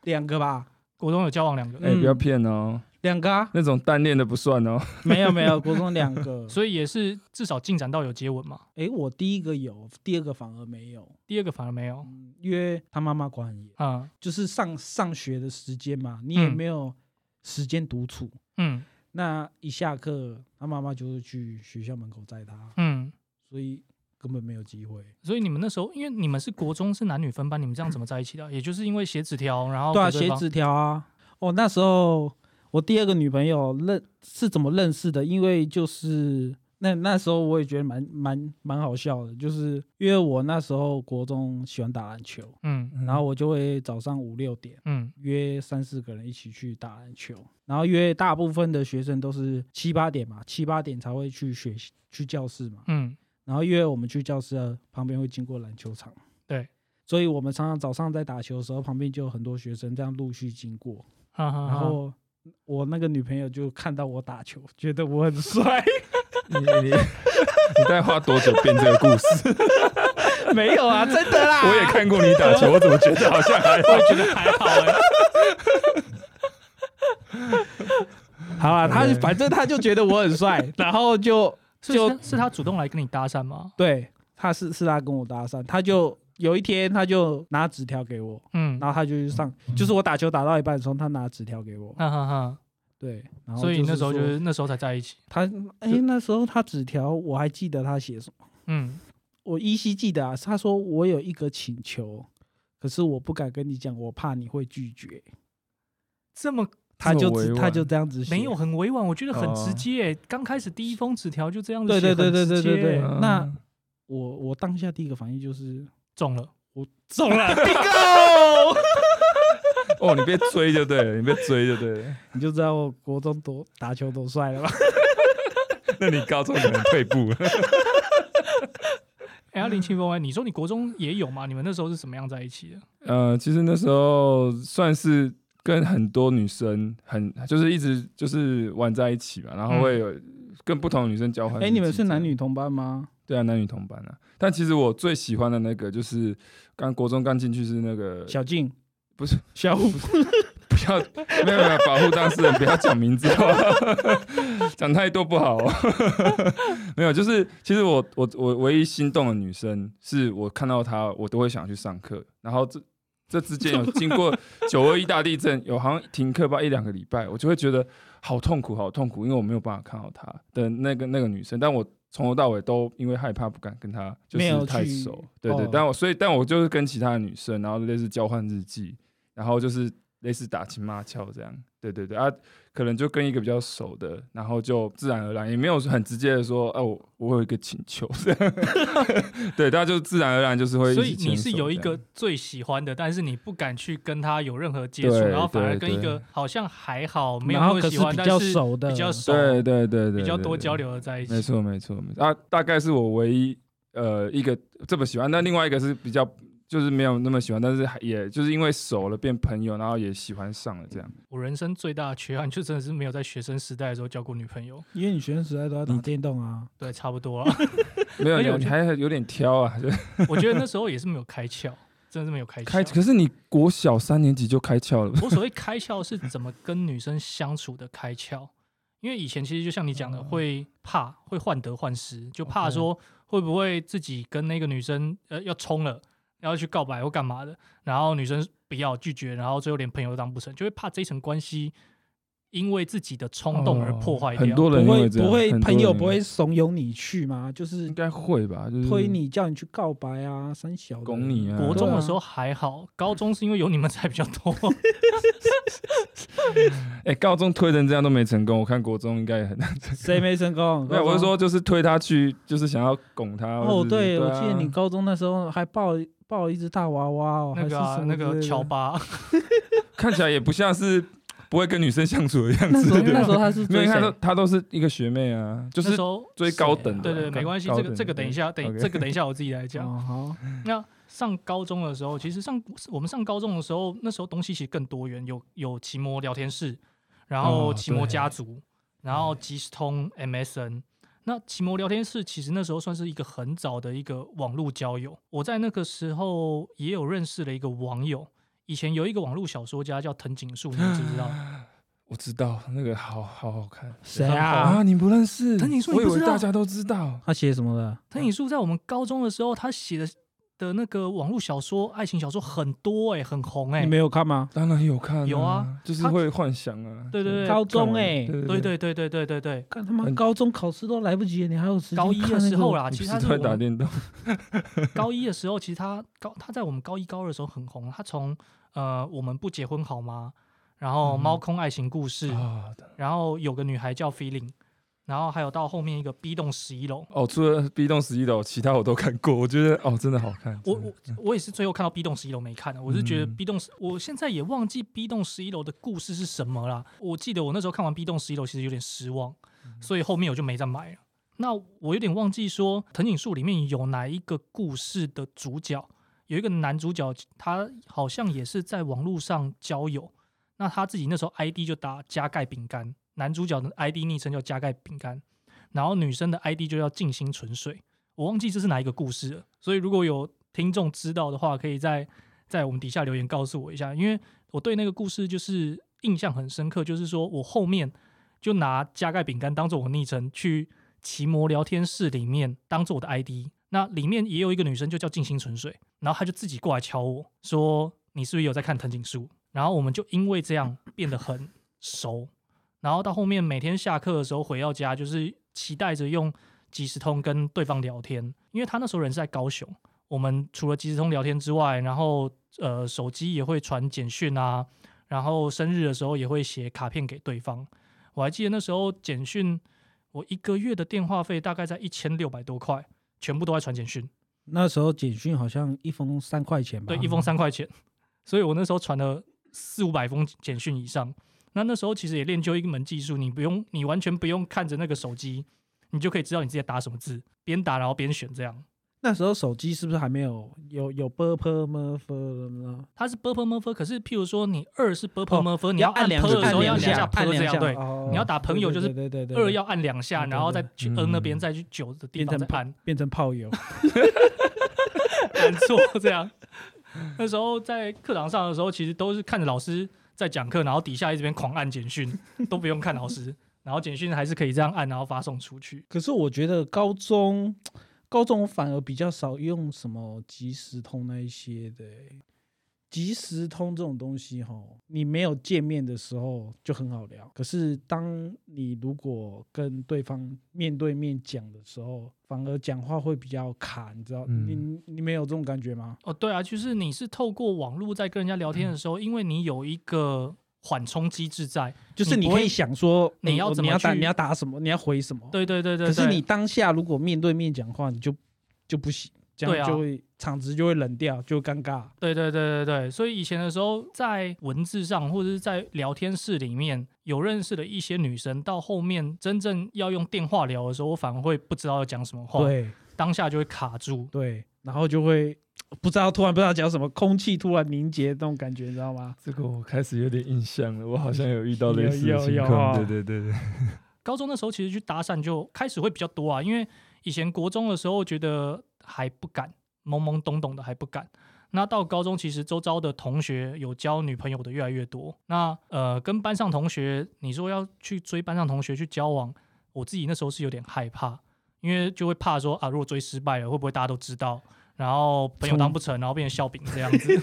[SPEAKER 2] 两个吧，
[SPEAKER 1] 国中有交往两个，
[SPEAKER 3] 哎、不要
[SPEAKER 2] 嗯
[SPEAKER 3] 骗哦，
[SPEAKER 2] 两个啊？
[SPEAKER 3] 那种单恋的不算哦，
[SPEAKER 2] 没有没有，国中两个。
[SPEAKER 1] 嗯所以也是至少进展到有接吻嘛。
[SPEAKER 2] 诶，我第一个有，第二个反而没有，
[SPEAKER 1] 第二个反而没有，
[SPEAKER 2] 嗯因为他妈妈管很严，
[SPEAKER 1] 嗯
[SPEAKER 2] 就是上上学的时间嘛，你也
[SPEAKER 1] 嗯
[SPEAKER 2] 没有时间独处。
[SPEAKER 1] 嗯
[SPEAKER 2] 那一下课，他妈妈就是去学校门口载他，
[SPEAKER 1] 嗯。
[SPEAKER 2] 所以根本没有机会。
[SPEAKER 1] 所以你们那时候，因为你们是国中是男女分班，你们这样怎么在一起的？也就是因为写纸条，然后
[SPEAKER 2] 对啊，
[SPEAKER 1] 给
[SPEAKER 2] 写
[SPEAKER 1] 方
[SPEAKER 2] 纸条啊。哦，那时候我第二个女朋友认是怎么认识的？因为就是那那时候我也觉得蛮蛮蛮好笑的，就是因为我那时候国中喜欢打篮球，
[SPEAKER 1] 嗯
[SPEAKER 2] 然后我就会早上五六点。
[SPEAKER 1] 嗯
[SPEAKER 2] 约三四个人一起去打篮球，然后约大部分的学生都是七八点嘛，七八点才会去学习去教室嘛。
[SPEAKER 1] 嗯
[SPEAKER 2] 然后因为我们去教室的旁边会经过篮球场，
[SPEAKER 1] 对，
[SPEAKER 2] 所以我们常常早上在打球的时候，旁边就有很多学生这样陆续经过，
[SPEAKER 1] 哈啊哈哈，
[SPEAKER 2] 然后。我那个女朋友就看到我打球，觉得我很帅，
[SPEAKER 3] 你你你大概花多久编这个故事？
[SPEAKER 2] 没有啊，真的啦。
[SPEAKER 3] 我也看过你打球，我怎么觉得好像还
[SPEAKER 1] 我也觉得还好哎、
[SPEAKER 2] 好啊，她
[SPEAKER 3] OK
[SPEAKER 2] 反正她就觉得我很帅，然后就是就是
[SPEAKER 1] 是他主动来跟你搭讪吗？
[SPEAKER 2] 对，她是是她跟我搭讪，她就有一天她就拿纸条给我，
[SPEAKER 1] 嗯，
[SPEAKER 2] 然后她就去上，就是我打球打到一半的时候，她拿纸条给我，
[SPEAKER 1] 哈哈哈，
[SPEAKER 2] 对，然后
[SPEAKER 1] 所以
[SPEAKER 2] 就
[SPEAKER 1] 那时候
[SPEAKER 2] 说
[SPEAKER 1] 就是那时候才在一起。
[SPEAKER 2] 他哎、那时候他纸条我还记得他写什么，
[SPEAKER 1] 嗯，
[SPEAKER 2] 我依稀记得啊，他说我有一个请求，可是我不敢跟你讲，我怕你会拒绝。
[SPEAKER 1] 这么
[SPEAKER 2] 他就
[SPEAKER 3] 委
[SPEAKER 2] 只
[SPEAKER 3] 婉
[SPEAKER 2] 他就这样子写，
[SPEAKER 1] 没有很委婉，我觉得很直
[SPEAKER 3] 哦
[SPEAKER 1] 接、欸。刚开始第一封纸条就这样子
[SPEAKER 2] 对
[SPEAKER 1] 写，
[SPEAKER 2] 嗯对对
[SPEAKER 1] 很
[SPEAKER 2] 对
[SPEAKER 1] 直
[SPEAKER 2] 对对
[SPEAKER 1] 接欸
[SPEAKER 3] 嗯
[SPEAKER 2] 对嗯那我我当下第一个反应就是
[SPEAKER 1] 中了。
[SPEAKER 2] 我中了 ，bingo，
[SPEAKER 3] 哦，你被追就对了，你被追就对了。
[SPEAKER 2] 你就知道我国中多打球多帅了吧？
[SPEAKER 3] 那你高中可能退步了。
[SPEAKER 1] 哎、呀，林
[SPEAKER 2] 嗯
[SPEAKER 1] 清峰哎，你说你国中也有吗？你们那时候是怎么样在一起的？
[SPEAKER 3] 呃，其实那时候算是跟很多女生很，就是一直就是玩在一起吧，然后会有跟不同的女生交换日
[SPEAKER 2] 嗯哎、
[SPEAKER 3] 记这样。
[SPEAKER 2] 你们是男女同班吗？
[SPEAKER 3] 对啊，男女同班啊。但其实我最喜欢的那个就是刚国中刚进去是那个
[SPEAKER 2] 小静
[SPEAKER 3] 不是
[SPEAKER 2] 小虎，
[SPEAKER 3] 不要，没有没有，保护当 事人不要讲名字好不好， 讲太多不好、哦。 没有，就是其实我我我唯一心动的女生，是我看到她，我都会想去上课。然后这这之间有经过九二一大地震，有好像停课吧一两个礼拜，我就会觉得好痛苦，好痛苦，因为我没有办法看到她的那个那个女生，但我。从头到尾都因为害怕不敢跟她就
[SPEAKER 2] 没有
[SPEAKER 3] 是太
[SPEAKER 2] 去
[SPEAKER 3] 熟，对对，
[SPEAKER 2] 哦
[SPEAKER 3] 但我所以但我就是跟其他的女生，然后类似交换日记，然后就是类似打情骂俏这样。对对对啊，可能就跟一个比较熟的，然后就自然而然，也没有很直接的说，哦、我我有一个请求 这样。对，大家就自然而然就是会啊一
[SPEAKER 1] 所
[SPEAKER 3] 起
[SPEAKER 1] 以
[SPEAKER 3] 牵手这样。
[SPEAKER 1] 你是有一个最喜欢的，但是你不敢去跟他有任何接触，
[SPEAKER 3] 对
[SPEAKER 1] 然后反而
[SPEAKER 3] 对
[SPEAKER 1] 跟一
[SPEAKER 3] 对
[SPEAKER 1] 个好像还好没有那
[SPEAKER 2] 然后
[SPEAKER 1] 么
[SPEAKER 2] 可
[SPEAKER 1] 喜
[SPEAKER 2] 是
[SPEAKER 1] 欢，
[SPEAKER 2] 比
[SPEAKER 1] 但
[SPEAKER 2] 较
[SPEAKER 1] 是
[SPEAKER 2] 熟的，
[SPEAKER 1] 比较熟，
[SPEAKER 3] 对对对对，
[SPEAKER 1] 比较
[SPEAKER 3] 对
[SPEAKER 1] 多
[SPEAKER 3] 对
[SPEAKER 1] 交流的在一
[SPEAKER 3] 没
[SPEAKER 1] 起。
[SPEAKER 3] 错，没错，没错啊，大概是我唯一呃一个这么喜欢，那另外一个是比较就是没有那么喜欢，但是还也就是因为熟了变朋友，然后也喜欢上了这样。
[SPEAKER 1] 我人生最大的缺憾就真的是没有在学生时代的时候交过女朋友，
[SPEAKER 2] 因为你学生时代都在打
[SPEAKER 3] 你
[SPEAKER 2] 电动啊，
[SPEAKER 1] 对，差不多 了。
[SPEAKER 3] 没有
[SPEAKER 1] 而且我
[SPEAKER 3] 你
[SPEAKER 1] 觉
[SPEAKER 3] 还有点挑啊，就
[SPEAKER 1] 我觉得那时候也是没有开窍，真的是没有开
[SPEAKER 3] 开，
[SPEAKER 1] 窍。
[SPEAKER 3] 可是你国小三年级就开窍了吧，
[SPEAKER 1] 我所谓开窍是怎么跟女生相处的开窍，因为以前其实就像你讲的，
[SPEAKER 2] 哦
[SPEAKER 1] 会怕，会患得患失，就怕
[SPEAKER 3] 哦
[SPEAKER 2] OK
[SPEAKER 1] 说会不会自己跟那个女生呃要冲了，要去告白或干嘛的，然后女生不要拒绝，然后最后连朋友都当不成，就会怕这一层关系因为自己的冲动而破坏掉。
[SPEAKER 3] 哦很多
[SPEAKER 2] 不
[SPEAKER 3] 人因
[SPEAKER 2] 会
[SPEAKER 3] 为这样
[SPEAKER 2] 不会
[SPEAKER 3] 很多
[SPEAKER 2] 朋友
[SPEAKER 3] 人嗯
[SPEAKER 2] 不会怂恿你去吗？就是
[SPEAKER 3] 应该会吧，就是
[SPEAKER 2] 推你叫你去告白啊，三小的
[SPEAKER 3] 拱你啊，
[SPEAKER 1] 嗯
[SPEAKER 3] 哦
[SPEAKER 1] 国
[SPEAKER 2] 对
[SPEAKER 1] 中的时候还好，高中是因为有你们才比较多。
[SPEAKER 3] 哎、高中推成这样都没成功，我看国中应该也很难。
[SPEAKER 2] 谁没成功？
[SPEAKER 3] 没有，
[SPEAKER 2] 高
[SPEAKER 3] 我是
[SPEAKER 2] 中
[SPEAKER 3] 说就是推他去，就是想要拱他。或
[SPEAKER 2] 哦，
[SPEAKER 3] 者是
[SPEAKER 2] 对，我
[SPEAKER 3] 啊
[SPEAKER 2] 记得你高中那时候还抱抱一只大娃娃哦，还
[SPEAKER 1] 那
[SPEAKER 2] 是
[SPEAKER 1] 个啊、
[SPEAKER 2] 什么
[SPEAKER 1] 那
[SPEAKER 2] 之
[SPEAKER 1] 个
[SPEAKER 2] 类的
[SPEAKER 1] 乔巴，
[SPEAKER 3] 看起来也不像是不会跟女生相处的样
[SPEAKER 2] 那时
[SPEAKER 3] 子
[SPEAKER 2] 候，
[SPEAKER 3] 对吧
[SPEAKER 2] 那时候他是
[SPEAKER 3] 没
[SPEAKER 2] 追
[SPEAKER 3] 有，你看
[SPEAKER 2] 谁
[SPEAKER 3] 她？她都是一个学妹啊，就
[SPEAKER 1] 那
[SPEAKER 3] 是
[SPEAKER 1] 时候
[SPEAKER 3] 追高等的
[SPEAKER 1] 对
[SPEAKER 3] 啊。
[SPEAKER 1] 对，
[SPEAKER 3] 高
[SPEAKER 1] 没关系，
[SPEAKER 3] 高
[SPEAKER 1] 这
[SPEAKER 3] 等
[SPEAKER 1] 个
[SPEAKER 3] 的
[SPEAKER 1] 这个等一下，等
[SPEAKER 3] OK
[SPEAKER 1] 这个等一下我自己来讲。
[SPEAKER 2] 哦，好，
[SPEAKER 1] 那上高中的时候，其实上我们上高中的时候，那时候东西其实更多元，有有奇摩聊天室，然后
[SPEAKER 3] 哦
[SPEAKER 1] 奇摩
[SPEAKER 3] 对
[SPEAKER 1] 家族，然后即时通 MSN。那奇摩聊天室其实那时候算是一个很早的一个网络交友，我在那个时候也有认识了一个网友。以前有一个网络小说家叫藤井树，你们知不 知道？
[SPEAKER 3] 我知道那个好好好看
[SPEAKER 2] 谁
[SPEAKER 1] 啊
[SPEAKER 2] 啊？
[SPEAKER 3] 啊，你不认识？
[SPEAKER 1] 藤井树
[SPEAKER 3] 我以
[SPEAKER 1] 你不
[SPEAKER 3] 为
[SPEAKER 1] 知道
[SPEAKER 3] 大家都知道。
[SPEAKER 2] 他写什么的？
[SPEAKER 1] 藤井树在我们高中的时候，他写的的那个网络小说、爱情小说很多哎、很红哎、
[SPEAKER 2] 你没有看吗？
[SPEAKER 3] 当然有看，
[SPEAKER 1] 有啊，
[SPEAKER 3] 就是
[SPEAKER 1] 她
[SPEAKER 3] 会幻想啊。
[SPEAKER 1] 对对对欸
[SPEAKER 2] 高中
[SPEAKER 3] 看完
[SPEAKER 2] 哎
[SPEAKER 1] 对对对对对对对，
[SPEAKER 2] 看他妈
[SPEAKER 3] 嗯
[SPEAKER 2] 高中考试都来不及了，你还有时间
[SPEAKER 1] 高一
[SPEAKER 2] 看
[SPEAKER 1] 的
[SPEAKER 2] 那
[SPEAKER 1] 时
[SPEAKER 2] 个
[SPEAKER 1] 候啊啦，
[SPEAKER 3] 你
[SPEAKER 1] 其实
[SPEAKER 3] 不
[SPEAKER 1] 他
[SPEAKER 3] 是
[SPEAKER 1] 是
[SPEAKER 3] 都在
[SPEAKER 1] 我
[SPEAKER 3] 打
[SPEAKER 1] 们
[SPEAKER 3] 电动，
[SPEAKER 1] 高一的时候，其实他高他在我们高一高二的时候很红，他从呃我们不结婚好吗，然后
[SPEAKER 3] 嗯
[SPEAKER 1] 猫空爱情故事，
[SPEAKER 3] 啊
[SPEAKER 1] 然后有个女孩叫 Feeling，然后还有到后面一个 B 栋十一楼。
[SPEAKER 3] 哦，除了 B 栋十一楼，其他我都看过，我觉得哦，真的好看。
[SPEAKER 1] 我
[SPEAKER 3] 真的
[SPEAKER 1] 我我也是最后看到 B 栋十一楼没看的，我是觉得
[SPEAKER 3] 嗯
[SPEAKER 1] B 栋，我现在也忘记 B 栋十一楼的故事是什么啦。我记得我那时候看完 B 栋十一楼，其实有点失望，所以后面我就没再买了。那我有点忘记说藤井树里面有哪一个故事的主角，有一个男主角，他好像也是在网络上交友，那他自己那时候 ID 就打加盖饼干，男主角的 ID 昵称叫加盖饼干，然后女生的 ID 就叫静心纯水。我忘记这是哪一个故事了，所以如果有听众知道的话，可以在在我们底下留言告诉我一下，因为我对那个故事就是印象很深刻，就是说我后面就拿加盖饼干当做我昵称去奇摩聊天室里面当做我的 ID，那里面也有一个女生就叫静心纯水，然后她就自己过来敲我说你是不是有在看藤井树？然后我们就因为这样变得很熟，然后到后面每天下课的时候回到家，就是期待着用即时通跟对方聊天，因为他那时候人是在高雄，我们除了即时通聊天之外，然后呃手机也会传简讯啊，然后生日的时候也会写卡片给对方。我还记得那时候简讯，我一个月的电话费大概在一千六百多块，全部都在传简讯，
[SPEAKER 2] 那时候简讯好像一封三块钱吧？
[SPEAKER 1] 对，一封三块钱，所以我那时候传了四五百封简讯以上。那那时候其实也练就一门技术，你不用，你完全不用看着那个手机，你就可以知道你自己在打什么字，边打然后边选这样。
[SPEAKER 2] 那时候手机是不是还没有有有 b u r p l e m u r p l e 呢？
[SPEAKER 1] 它是 burp m u r 可是譬如说你二是 burp m u r 你要
[SPEAKER 2] 哦按
[SPEAKER 1] 按 p
[SPEAKER 2] 两
[SPEAKER 1] e 的时候要
[SPEAKER 2] 按
[SPEAKER 1] 按
[SPEAKER 2] 两
[SPEAKER 1] 下 p
[SPEAKER 2] 按
[SPEAKER 1] e 这
[SPEAKER 2] 两
[SPEAKER 1] 样
[SPEAKER 2] 下，
[SPEAKER 1] 对，
[SPEAKER 2] 哦
[SPEAKER 1] 你要打朋友就是
[SPEAKER 2] 对对对对对
[SPEAKER 1] 二要按两下，
[SPEAKER 2] 对对
[SPEAKER 1] 然后再去
[SPEAKER 3] 嗯
[SPEAKER 1] N 那边再去九的地
[SPEAKER 2] 变
[SPEAKER 1] 方
[SPEAKER 2] 成
[SPEAKER 1] 再按，
[SPEAKER 2] 变成炮友，
[SPEAKER 1] 按错 这样。那时候在课堂上的时候，其实都是看着老师在讲课，然后底下一直边狂按简讯， 都不用看老师，然后简讯还是可以这样按，然后发送出去。
[SPEAKER 2] 可是我觉得高中，高中我反而比较少用什么即时通那一些的欸、即时通这种东西，哈，你没有见面的时候就很好聊，可是当你如果跟对方面对面讲的时候，反而讲话会比较卡，你知道？
[SPEAKER 3] 嗯
[SPEAKER 2] 你你没有这种感觉吗？
[SPEAKER 1] 哦，对啊，就是你是透过网络在跟人家聊天的时候，因为你有一个缓冲机制在。
[SPEAKER 2] 就是你
[SPEAKER 1] 不
[SPEAKER 2] 可
[SPEAKER 1] 会
[SPEAKER 2] 以想说，
[SPEAKER 1] 你
[SPEAKER 2] 嗯
[SPEAKER 1] 要
[SPEAKER 2] 我
[SPEAKER 1] 怎
[SPEAKER 2] 你
[SPEAKER 1] 么
[SPEAKER 2] 要打
[SPEAKER 1] 去
[SPEAKER 2] 你要打什么，你要回什么，
[SPEAKER 1] 对对对对
[SPEAKER 2] 可是
[SPEAKER 1] 对
[SPEAKER 2] 你当下如果面对面讲话，你就就不行，这
[SPEAKER 1] 对
[SPEAKER 2] 样
[SPEAKER 1] 啊
[SPEAKER 2] 就会、场子就会冷掉，就会尴尬。
[SPEAKER 1] 对对对对对，所以以前的时候，在文字上或者是在聊天室里面有认识的一些女生，到后面真正要用电话聊的时候，我反而会不知道要讲什么话，
[SPEAKER 2] 对
[SPEAKER 1] 当下就会卡住。
[SPEAKER 2] 对，然后就会不知道突然不知道讲什么，空气突然凝结那种感觉，你知道吗？
[SPEAKER 3] 这个我开始有点印象了，我好像有遇到类似
[SPEAKER 2] 有
[SPEAKER 3] 的
[SPEAKER 2] 有
[SPEAKER 3] 情
[SPEAKER 2] 有
[SPEAKER 3] 况。
[SPEAKER 2] 啊
[SPEAKER 3] 对对对对，
[SPEAKER 1] 高中那时候其实去搭讪就开始会比较多啊，因为以前国中的时候觉得还不敢，懵懵懂懂的还不敢。那到高中，其实周遭的同学有交女朋友的越来越多。那呃，跟班上同学，你说要去追班上同学去交往，我自己那时候是有点害怕，因为就会怕说啊，如果追失败了，会不会大家都知道，然后朋友当不成，然后变成笑柄这样子。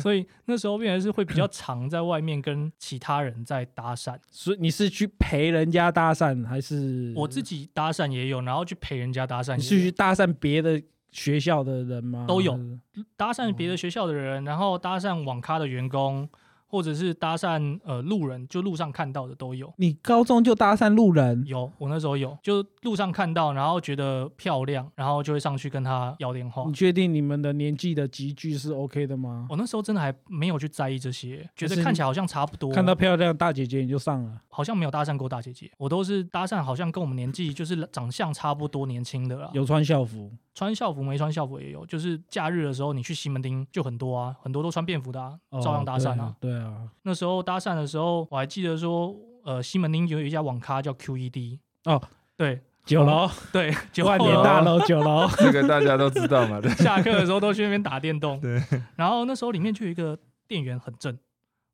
[SPEAKER 1] 所以那时候变成是会比较常在外面跟其他人在搭讪。
[SPEAKER 2] 所以你是去陪人家搭讪，还是
[SPEAKER 1] 我自己搭讪也有，然后去陪人家搭讪
[SPEAKER 2] 嗯你是
[SPEAKER 1] 也
[SPEAKER 2] 去
[SPEAKER 1] 有，
[SPEAKER 2] 搭讪别的学校的人吗？
[SPEAKER 1] 都有
[SPEAKER 2] 还是
[SPEAKER 1] 搭讪
[SPEAKER 2] 哦
[SPEAKER 1] 别的学校的人，然后搭讪网咖的员工，或者是搭讪呃路人，就路上看到的都有。
[SPEAKER 2] 你高中就搭讪路人，
[SPEAKER 1] 有，我那时候有，就路上看到，然后觉得漂亮，然后就会上去跟她要电话
[SPEAKER 2] 你。确定你们的年纪的集聚是 OK 的吗？
[SPEAKER 1] 我那时候真的还没有去在意这些，觉
[SPEAKER 2] 还
[SPEAKER 1] 得
[SPEAKER 2] 是
[SPEAKER 1] 看起来好像差不多，
[SPEAKER 2] 看到漂亮大姐姐你就上了，
[SPEAKER 1] 好像没有搭讪过大姐姐，我都是搭讪好像跟我们年纪就是长相差不多年轻的啦。
[SPEAKER 2] 有穿校服，
[SPEAKER 1] 穿校服没穿校服也有，就是假日的时候你去西门町就很多啊，很多都穿便服的啊，照样搭讪啊
[SPEAKER 2] 哦。对对啊，
[SPEAKER 1] 那时候搭讪的时候，我还记得说，呃，西门町有一家网咖叫 QED
[SPEAKER 2] 哦，
[SPEAKER 1] 对
[SPEAKER 2] 九楼，
[SPEAKER 1] 对，九
[SPEAKER 2] 万年
[SPEAKER 1] 楼
[SPEAKER 2] 大楼，九 楼。
[SPEAKER 3] 这个大家都知 道嘛。对，
[SPEAKER 1] 下课的时候都去那边打电动，
[SPEAKER 3] 对。
[SPEAKER 1] 然后那时候里面就有一个店员很正，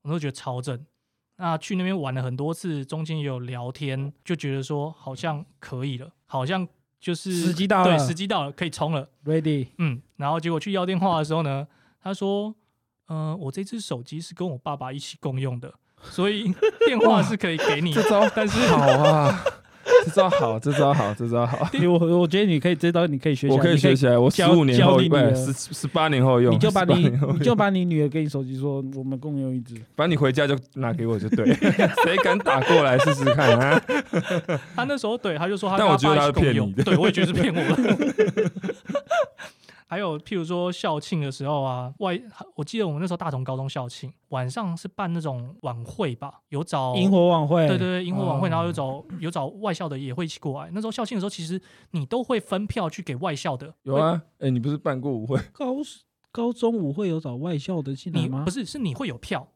[SPEAKER 1] 我都觉得超正。那去那边玩了很多次，中间也有聊天，就觉得说好像可以了，好像就是
[SPEAKER 2] 时机到了
[SPEAKER 1] 对，时机到了，可以冲了。
[SPEAKER 2] Ready，
[SPEAKER 1] 嗯，然后结果去要电话的时候呢，他说：“嗯、我这只手机是跟我爸爸一起共用的，所以电话是可以给你。
[SPEAKER 3] 这招但是好啊，这招好，这招好，这招好，
[SPEAKER 2] 你我我觉得你可以这招，你可以学习，
[SPEAKER 3] 我可以学
[SPEAKER 2] 习。
[SPEAKER 3] 起来。我十
[SPEAKER 2] 教
[SPEAKER 3] 五年
[SPEAKER 2] 教
[SPEAKER 3] 后，
[SPEAKER 2] 你
[SPEAKER 3] 不
[SPEAKER 2] 女儿
[SPEAKER 3] 十十八年后用，
[SPEAKER 2] 你就把
[SPEAKER 3] 18
[SPEAKER 2] 你
[SPEAKER 3] 年后
[SPEAKER 2] 你
[SPEAKER 3] 用
[SPEAKER 2] 就把你女儿跟你手机说，我们共用一只。
[SPEAKER 3] 反正你回家就拿给我就对， 谁敢打过来试试看啊？
[SPEAKER 1] 他那时候对他就说他
[SPEAKER 3] 但
[SPEAKER 1] 跟
[SPEAKER 3] 我觉得
[SPEAKER 1] 爸
[SPEAKER 3] 他
[SPEAKER 1] 一起
[SPEAKER 3] 是
[SPEAKER 1] 共
[SPEAKER 3] 骗
[SPEAKER 1] 用
[SPEAKER 3] 你，的
[SPEAKER 1] 对我也觉 得是骗我的。还有譬如说校庆的时候啊，外我记得我们那时候大同高中校庆晚上是办那种晚会吧，有找
[SPEAKER 2] 萤火晚会，
[SPEAKER 1] 对对对，萤火晚会，
[SPEAKER 2] 哦
[SPEAKER 1] 然后有找有找外校的也会一起过来。那时候校庆的时候，其实你都会分票去给外校的，
[SPEAKER 3] 有啊，哎，你不是办过舞会？
[SPEAKER 2] 高高中舞会有找外校的进来
[SPEAKER 1] 你
[SPEAKER 2] 吗？
[SPEAKER 1] 不
[SPEAKER 2] 是
[SPEAKER 1] 是是你会有票，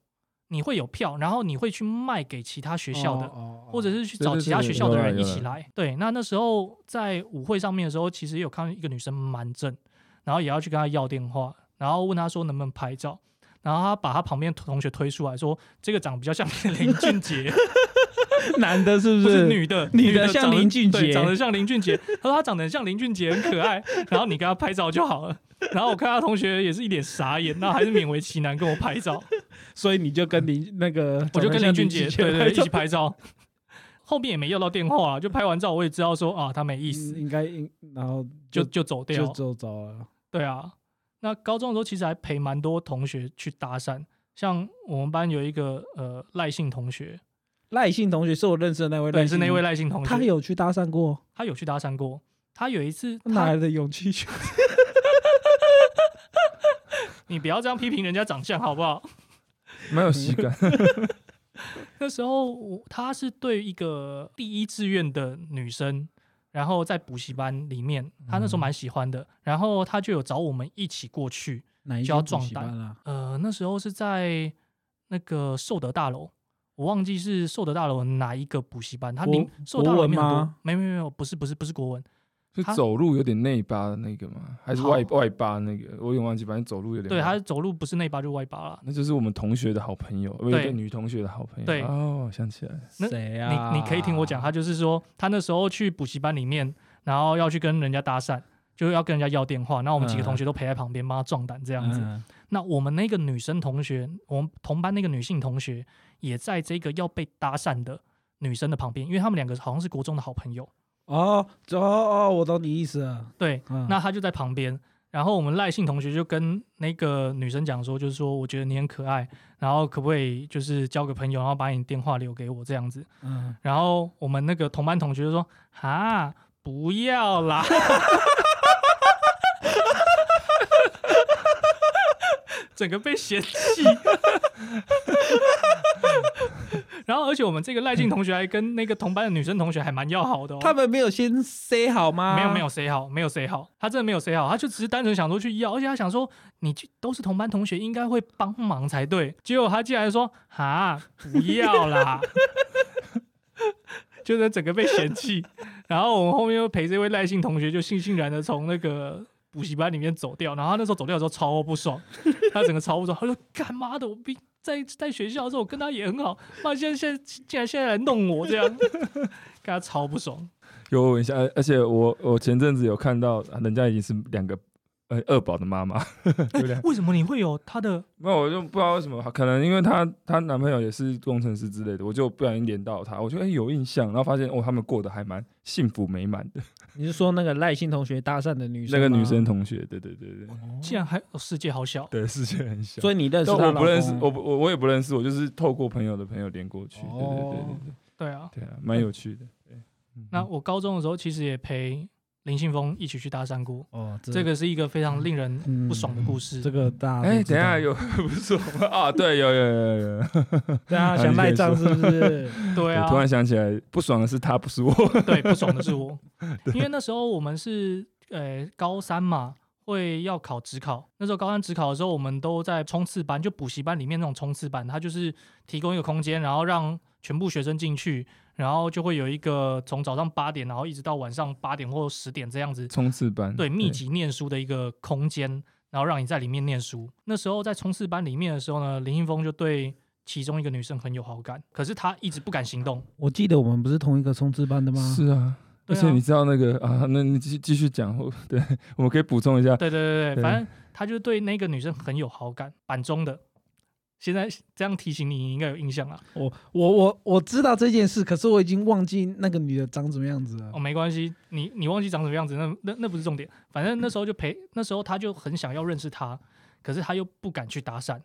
[SPEAKER 1] 你会有票，然后你会去卖给其他学校的，
[SPEAKER 2] 哦
[SPEAKER 1] 或者是去
[SPEAKER 3] 对
[SPEAKER 1] 找
[SPEAKER 3] 对
[SPEAKER 1] 其他
[SPEAKER 3] 对
[SPEAKER 1] 学校
[SPEAKER 3] 有
[SPEAKER 1] 的
[SPEAKER 3] 啦
[SPEAKER 1] 人一
[SPEAKER 3] 有
[SPEAKER 1] 起
[SPEAKER 3] 啦
[SPEAKER 1] 来。对，那那时候在舞会上面的时候，其实也有看到一个女生蛮正，然后也要去跟她要电话，然后问她说能不能拍照，然后她把她旁边同学推出来说，这个长得比较像 你的林俊杰，
[SPEAKER 2] 男的，是
[SPEAKER 1] 不
[SPEAKER 2] 不
[SPEAKER 1] 是女的，
[SPEAKER 2] 女的
[SPEAKER 1] 的
[SPEAKER 2] 像
[SPEAKER 1] 长得
[SPEAKER 2] 林俊
[SPEAKER 1] 对
[SPEAKER 2] 杰
[SPEAKER 1] 长得像林俊杰。她说她长得很像林俊杰，很可爱，然后你跟她拍照就好了。然后我看她同学也是一脸傻眼，那还是勉为其难跟我拍照。
[SPEAKER 2] 所以你就跟林那个，
[SPEAKER 1] 我就跟林俊杰
[SPEAKER 2] 长
[SPEAKER 1] 对对
[SPEAKER 2] 得像
[SPEAKER 1] 对
[SPEAKER 2] 林
[SPEAKER 1] 一起拍照， 后面也没要到电话、啊就拍完照我也知道说啊他没意
[SPEAKER 2] 拍照，
[SPEAKER 1] 思，
[SPEAKER 2] 应该应然后
[SPEAKER 1] 就
[SPEAKER 2] 嗯就
[SPEAKER 1] 就走
[SPEAKER 2] 就
[SPEAKER 1] 掉。
[SPEAKER 2] 走走了。
[SPEAKER 1] 对啊，那高中的时候其实还陪蛮多同学去搭讪，像我们班有一个呃赖姓同学，
[SPEAKER 2] 赖姓同学是我认识的那位，
[SPEAKER 1] 对，
[SPEAKER 2] 赖
[SPEAKER 1] 是
[SPEAKER 2] 姓
[SPEAKER 1] 那位
[SPEAKER 2] 同学，
[SPEAKER 1] 赖姓同学，
[SPEAKER 2] 他有去搭讪过，
[SPEAKER 1] 他有去搭讪过，他有一次
[SPEAKER 2] 哪
[SPEAKER 1] 他
[SPEAKER 2] 来的勇气去？
[SPEAKER 1] 你不要这样批评人家长相好不好？
[SPEAKER 3] 蛮有喜感，
[SPEAKER 1] 那时候我他是对一个第一志愿的女生，然后在补习班里面，他那时
[SPEAKER 2] 嗯
[SPEAKER 1] 候蛮喜欢的，然后他就有找我们一起过去。
[SPEAKER 2] 哪一
[SPEAKER 1] 就要
[SPEAKER 2] 间补习
[SPEAKER 1] 壮胆
[SPEAKER 2] 班啊？
[SPEAKER 1] 呃，那时候是在那个寿德大楼，我忘记是寿德大楼哪一个补习班。它
[SPEAKER 2] 国
[SPEAKER 1] 里寿德大楼
[SPEAKER 2] 国
[SPEAKER 1] 里面
[SPEAKER 2] 文
[SPEAKER 1] 很多
[SPEAKER 2] 吗，
[SPEAKER 1] 没没没有，不是不是不是国文，
[SPEAKER 3] 是
[SPEAKER 1] 他
[SPEAKER 3] 走路有点内八的那个吗？还是外
[SPEAKER 1] 好
[SPEAKER 3] 外八那个？我有点忘记，反正走路有点。
[SPEAKER 1] 对，他走路不是内八就外八啦。
[SPEAKER 3] 那就是我们同学的好朋友，不
[SPEAKER 1] 对
[SPEAKER 3] 对，女同学的好朋友。
[SPEAKER 1] 对
[SPEAKER 3] 哦，想起来了，
[SPEAKER 1] 那
[SPEAKER 2] 谁啊？
[SPEAKER 1] 你你可以听我讲，他就是说他那时候去补习班里面，然后要去跟人家搭讪，就要跟人家要电话，然后我们几个
[SPEAKER 3] 嗯
[SPEAKER 1] 同学都陪在旁边帮他壮胆这样子。
[SPEAKER 3] 嗯
[SPEAKER 1] 那我们那个女生同学，我们同班那个女性同学，也在这个要被搭讪的女生的旁边，因为他们两个好像是国中的好朋友。
[SPEAKER 2] 哦哦哦，我懂你意思了。
[SPEAKER 1] 对，
[SPEAKER 2] 嗯
[SPEAKER 1] 那他就在旁边。然后我们赖姓同学就跟那个女生讲说，就是说我觉得你很可爱，然后可不可以就是交个朋友，然后把你电话留给我这样子。
[SPEAKER 2] 嗯，
[SPEAKER 1] 然后我们那个同班同学就说：“哈，不要啦。” 整个被嫌弃。 然后，而且我们这个赖静同学还跟那个同班的女生同学还蛮要好的、哦，
[SPEAKER 2] 他们没有先 say 好吗？
[SPEAKER 1] 没有没有谁好，没有谁好，他真的没有谁好，他就只是单纯想说去要，而且他想说你去都是同班同学，应该会帮忙才对。结果他竟然说哈不要啦， 就是整个被嫌弃。然后我们后面又陪这位赖姓同学就悻悻然的从那个。补习班里面走掉，然后他那时候走掉的时候超不爽，他整个超不爽，他说：“干妈的，我比在在学校的时候我跟他也很好，妈现在现在竟然现在来弄我这样， 跟他超不爽。
[SPEAKER 3] 有我一下，而而且我我前阵子有看到啊人家已经是两个呃二宝的妈 妈，对不对？
[SPEAKER 1] 为什么你会有他的
[SPEAKER 3] 那我就不知道为什么，可能因为她她男朋友也是工程师之类的，我就不小心连到她，我就哎、有印象，然后发现哦他们过得还蛮幸福美满的。
[SPEAKER 2] 你是说那个赖姓同学搭讪的女生？
[SPEAKER 3] 那个女生，同学，对对对对
[SPEAKER 1] 竟然还哦，世界好小，
[SPEAKER 3] 对，世界很小。
[SPEAKER 2] 所以你认识
[SPEAKER 3] 但
[SPEAKER 2] 她
[SPEAKER 3] 我
[SPEAKER 2] 老
[SPEAKER 3] 不认
[SPEAKER 2] 公
[SPEAKER 3] 识，我不我我也不认识，我就是透过朋友的朋友连过去。对对对对
[SPEAKER 2] 哦
[SPEAKER 1] 对啊。
[SPEAKER 3] 对对啊，蛮有趣的。对，嗯
[SPEAKER 1] 那我高中的时候其实也陪林信峰一起去搭讪过，
[SPEAKER 2] 哦，
[SPEAKER 1] 这个是一个非常令人
[SPEAKER 2] 嗯
[SPEAKER 1] 不爽的故事。
[SPEAKER 2] 这个大家
[SPEAKER 3] 哎、
[SPEAKER 2] 都知
[SPEAKER 3] 等一下
[SPEAKER 2] 道
[SPEAKER 3] 有 不是我们啊？对，有有有有有。
[SPEAKER 2] 对啊，想赖账是不是？
[SPEAKER 1] 对
[SPEAKER 3] 我
[SPEAKER 1] 啊，
[SPEAKER 3] 突然想起来，不爽的是他，不是我。
[SPEAKER 1] 对不爽的是我，因为那时候我们是呃高三嘛，会要考职考。那时候高三职考的时候，我们都在冲刺班，就补习班里面那种冲刺班，它就是提供一个空间，然后让全部学生进去，然后就会有一个从早上八点，然后一直到晚上八点或十点这样子
[SPEAKER 3] 冲刺班，
[SPEAKER 1] 对密集念书的一个空间，然后让你在里面念书。那时候在冲刺班里面的时候呢，林一峰就对其中一个女生很有好感，可是他一直不敢行动。
[SPEAKER 2] 我记得我们不是同一个冲刺班的吗？
[SPEAKER 3] 是啊。而
[SPEAKER 1] 对啊
[SPEAKER 3] 且你知道那个啊，那你继继续讲，我对，我们可以补充一下，
[SPEAKER 1] 对对对
[SPEAKER 3] 对
[SPEAKER 1] 对，反正他就对那个女生很有好感，板中的。现在这样提醒你，你应该有印象啊了。
[SPEAKER 2] 我我我我知道这件事，可是我已经忘记那个女的长什么样子了
[SPEAKER 3] 嗯
[SPEAKER 1] 哦，。没关系，你你忘记长什么样子，那那那不是重点。反正那时候就陪，那时候他就很想要认识她，可是他又不敢去搭讪。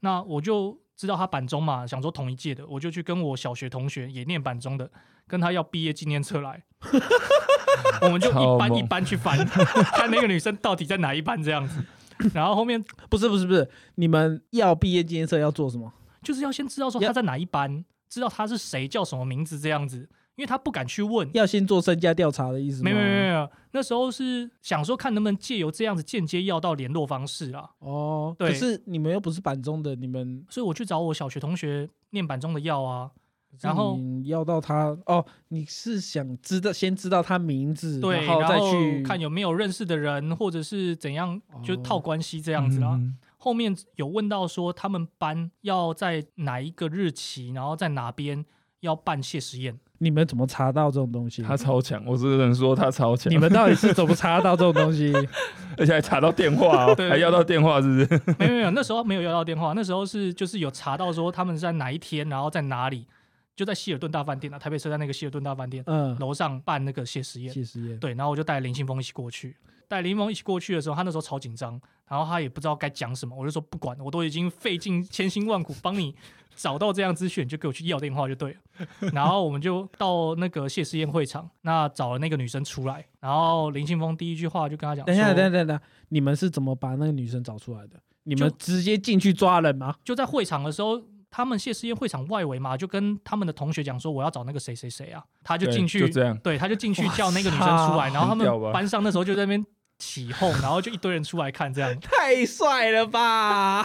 [SPEAKER 1] 那我就知道他板中嘛，想说同一届的，我就去跟我小学同学也念板中的，跟他要毕业纪念册 来，我们就一
[SPEAKER 3] 超
[SPEAKER 1] 班
[SPEAKER 3] 猛
[SPEAKER 1] 一班去翻， 看那个女生到底在哪一班这样子。然后后面
[SPEAKER 2] 不是不是不是，你们要毕业纪念册要做什么？
[SPEAKER 1] 就是要先知道说
[SPEAKER 2] 要
[SPEAKER 1] 他在哪一班，知道他是谁，叫什么名字这样子，因为他不敢去问，
[SPEAKER 2] 要先做身家调查的意思吗？
[SPEAKER 1] 没有没有没有没有，那时候是想说看能不能借由这样子间接要到联络方式啦，
[SPEAKER 2] 哦，
[SPEAKER 1] 对
[SPEAKER 2] 可是你们又不是板中的，你们
[SPEAKER 1] 所以我去找我小学同学念板中的药啊，然后
[SPEAKER 2] 你要到他哦，你是想知道先知道他名字，
[SPEAKER 1] 对，
[SPEAKER 2] 后再去
[SPEAKER 1] 看有没有认识的人或者是怎样，就是套
[SPEAKER 2] 哦
[SPEAKER 1] 关系这
[SPEAKER 3] 这
[SPEAKER 1] 样子啦。
[SPEAKER 3] 嗯
[SPEAKER 1] 后面有问到说他们班要在哪一个日期，然后在哪边要办谢师宴，
[SPEAKER 2] 你们怎么查到这种东西？
[SPEAKER 3] 他超强，我只能说他超强
[SPEAKER 2] 你，们到底是怎么查到这种东 西？
[SPEAKER 3] 而且还查到电话、哦，
[SPEAKER 1] 对
[SPEAKER 3] 还要到电话，是不是？
[SPEAKER 1] 没有没有，那时候没有要到电话，那时候是就是有查到说他们是在哪一天，然后在哪里，就在希尔顿大饭店啊，台北车站那个希尔顿大饭店
[SPEAKER 2] 嗯，
[SPEAKER 1] 楼上办那个谢师宴。
[SPEAKER 2] 谢实验。
[SPEAKER 1] 对，然后我就带林信峰一起过去。带林信峰一起过去的时候，他那时候超紧张，然后他也不知道该讲什么，我就说不管，我都已经费尽千辛万苦帮你找到这样资讯，你就给我去要电话就对了。然后我们就到那个谢师宴会场，那找了那个女生出来，然后林信峰第一句话就跟他讲说，
[SPEAKER 2] 等一下，等一下等一下，你们是怎么把那个女生找出来的？你们
[SPEAKER 1] 就
[SPEAKER 2] 直接进去抓人吗？
[SPEAKER 1] 就在会场的时候，他们谢师宴会场外围嘛，就跟他们的同学讲说我要找那个谁谁谁啊，他就
[SPEAKER 3] 对
[SPEAKER 1] 进
[SPEAKER 3] 就
[SPEAKER 1] 去，
[SPEAKER 3] 这样，
[SPEAKER 1] 对，他就进去
[SPEAKER 2] 哇
[SPEAKER 1] 叫那个女生
[SPEAKER 2] 操
[SPEAKER 1] 出来，然后他
[SPEAKER 3] 很屌吧
[SPEAKER 1] 们班上那时候就在那边起哄，然后就一堆人出来看这样，
[SPEAKER 2] 太帅了 吧！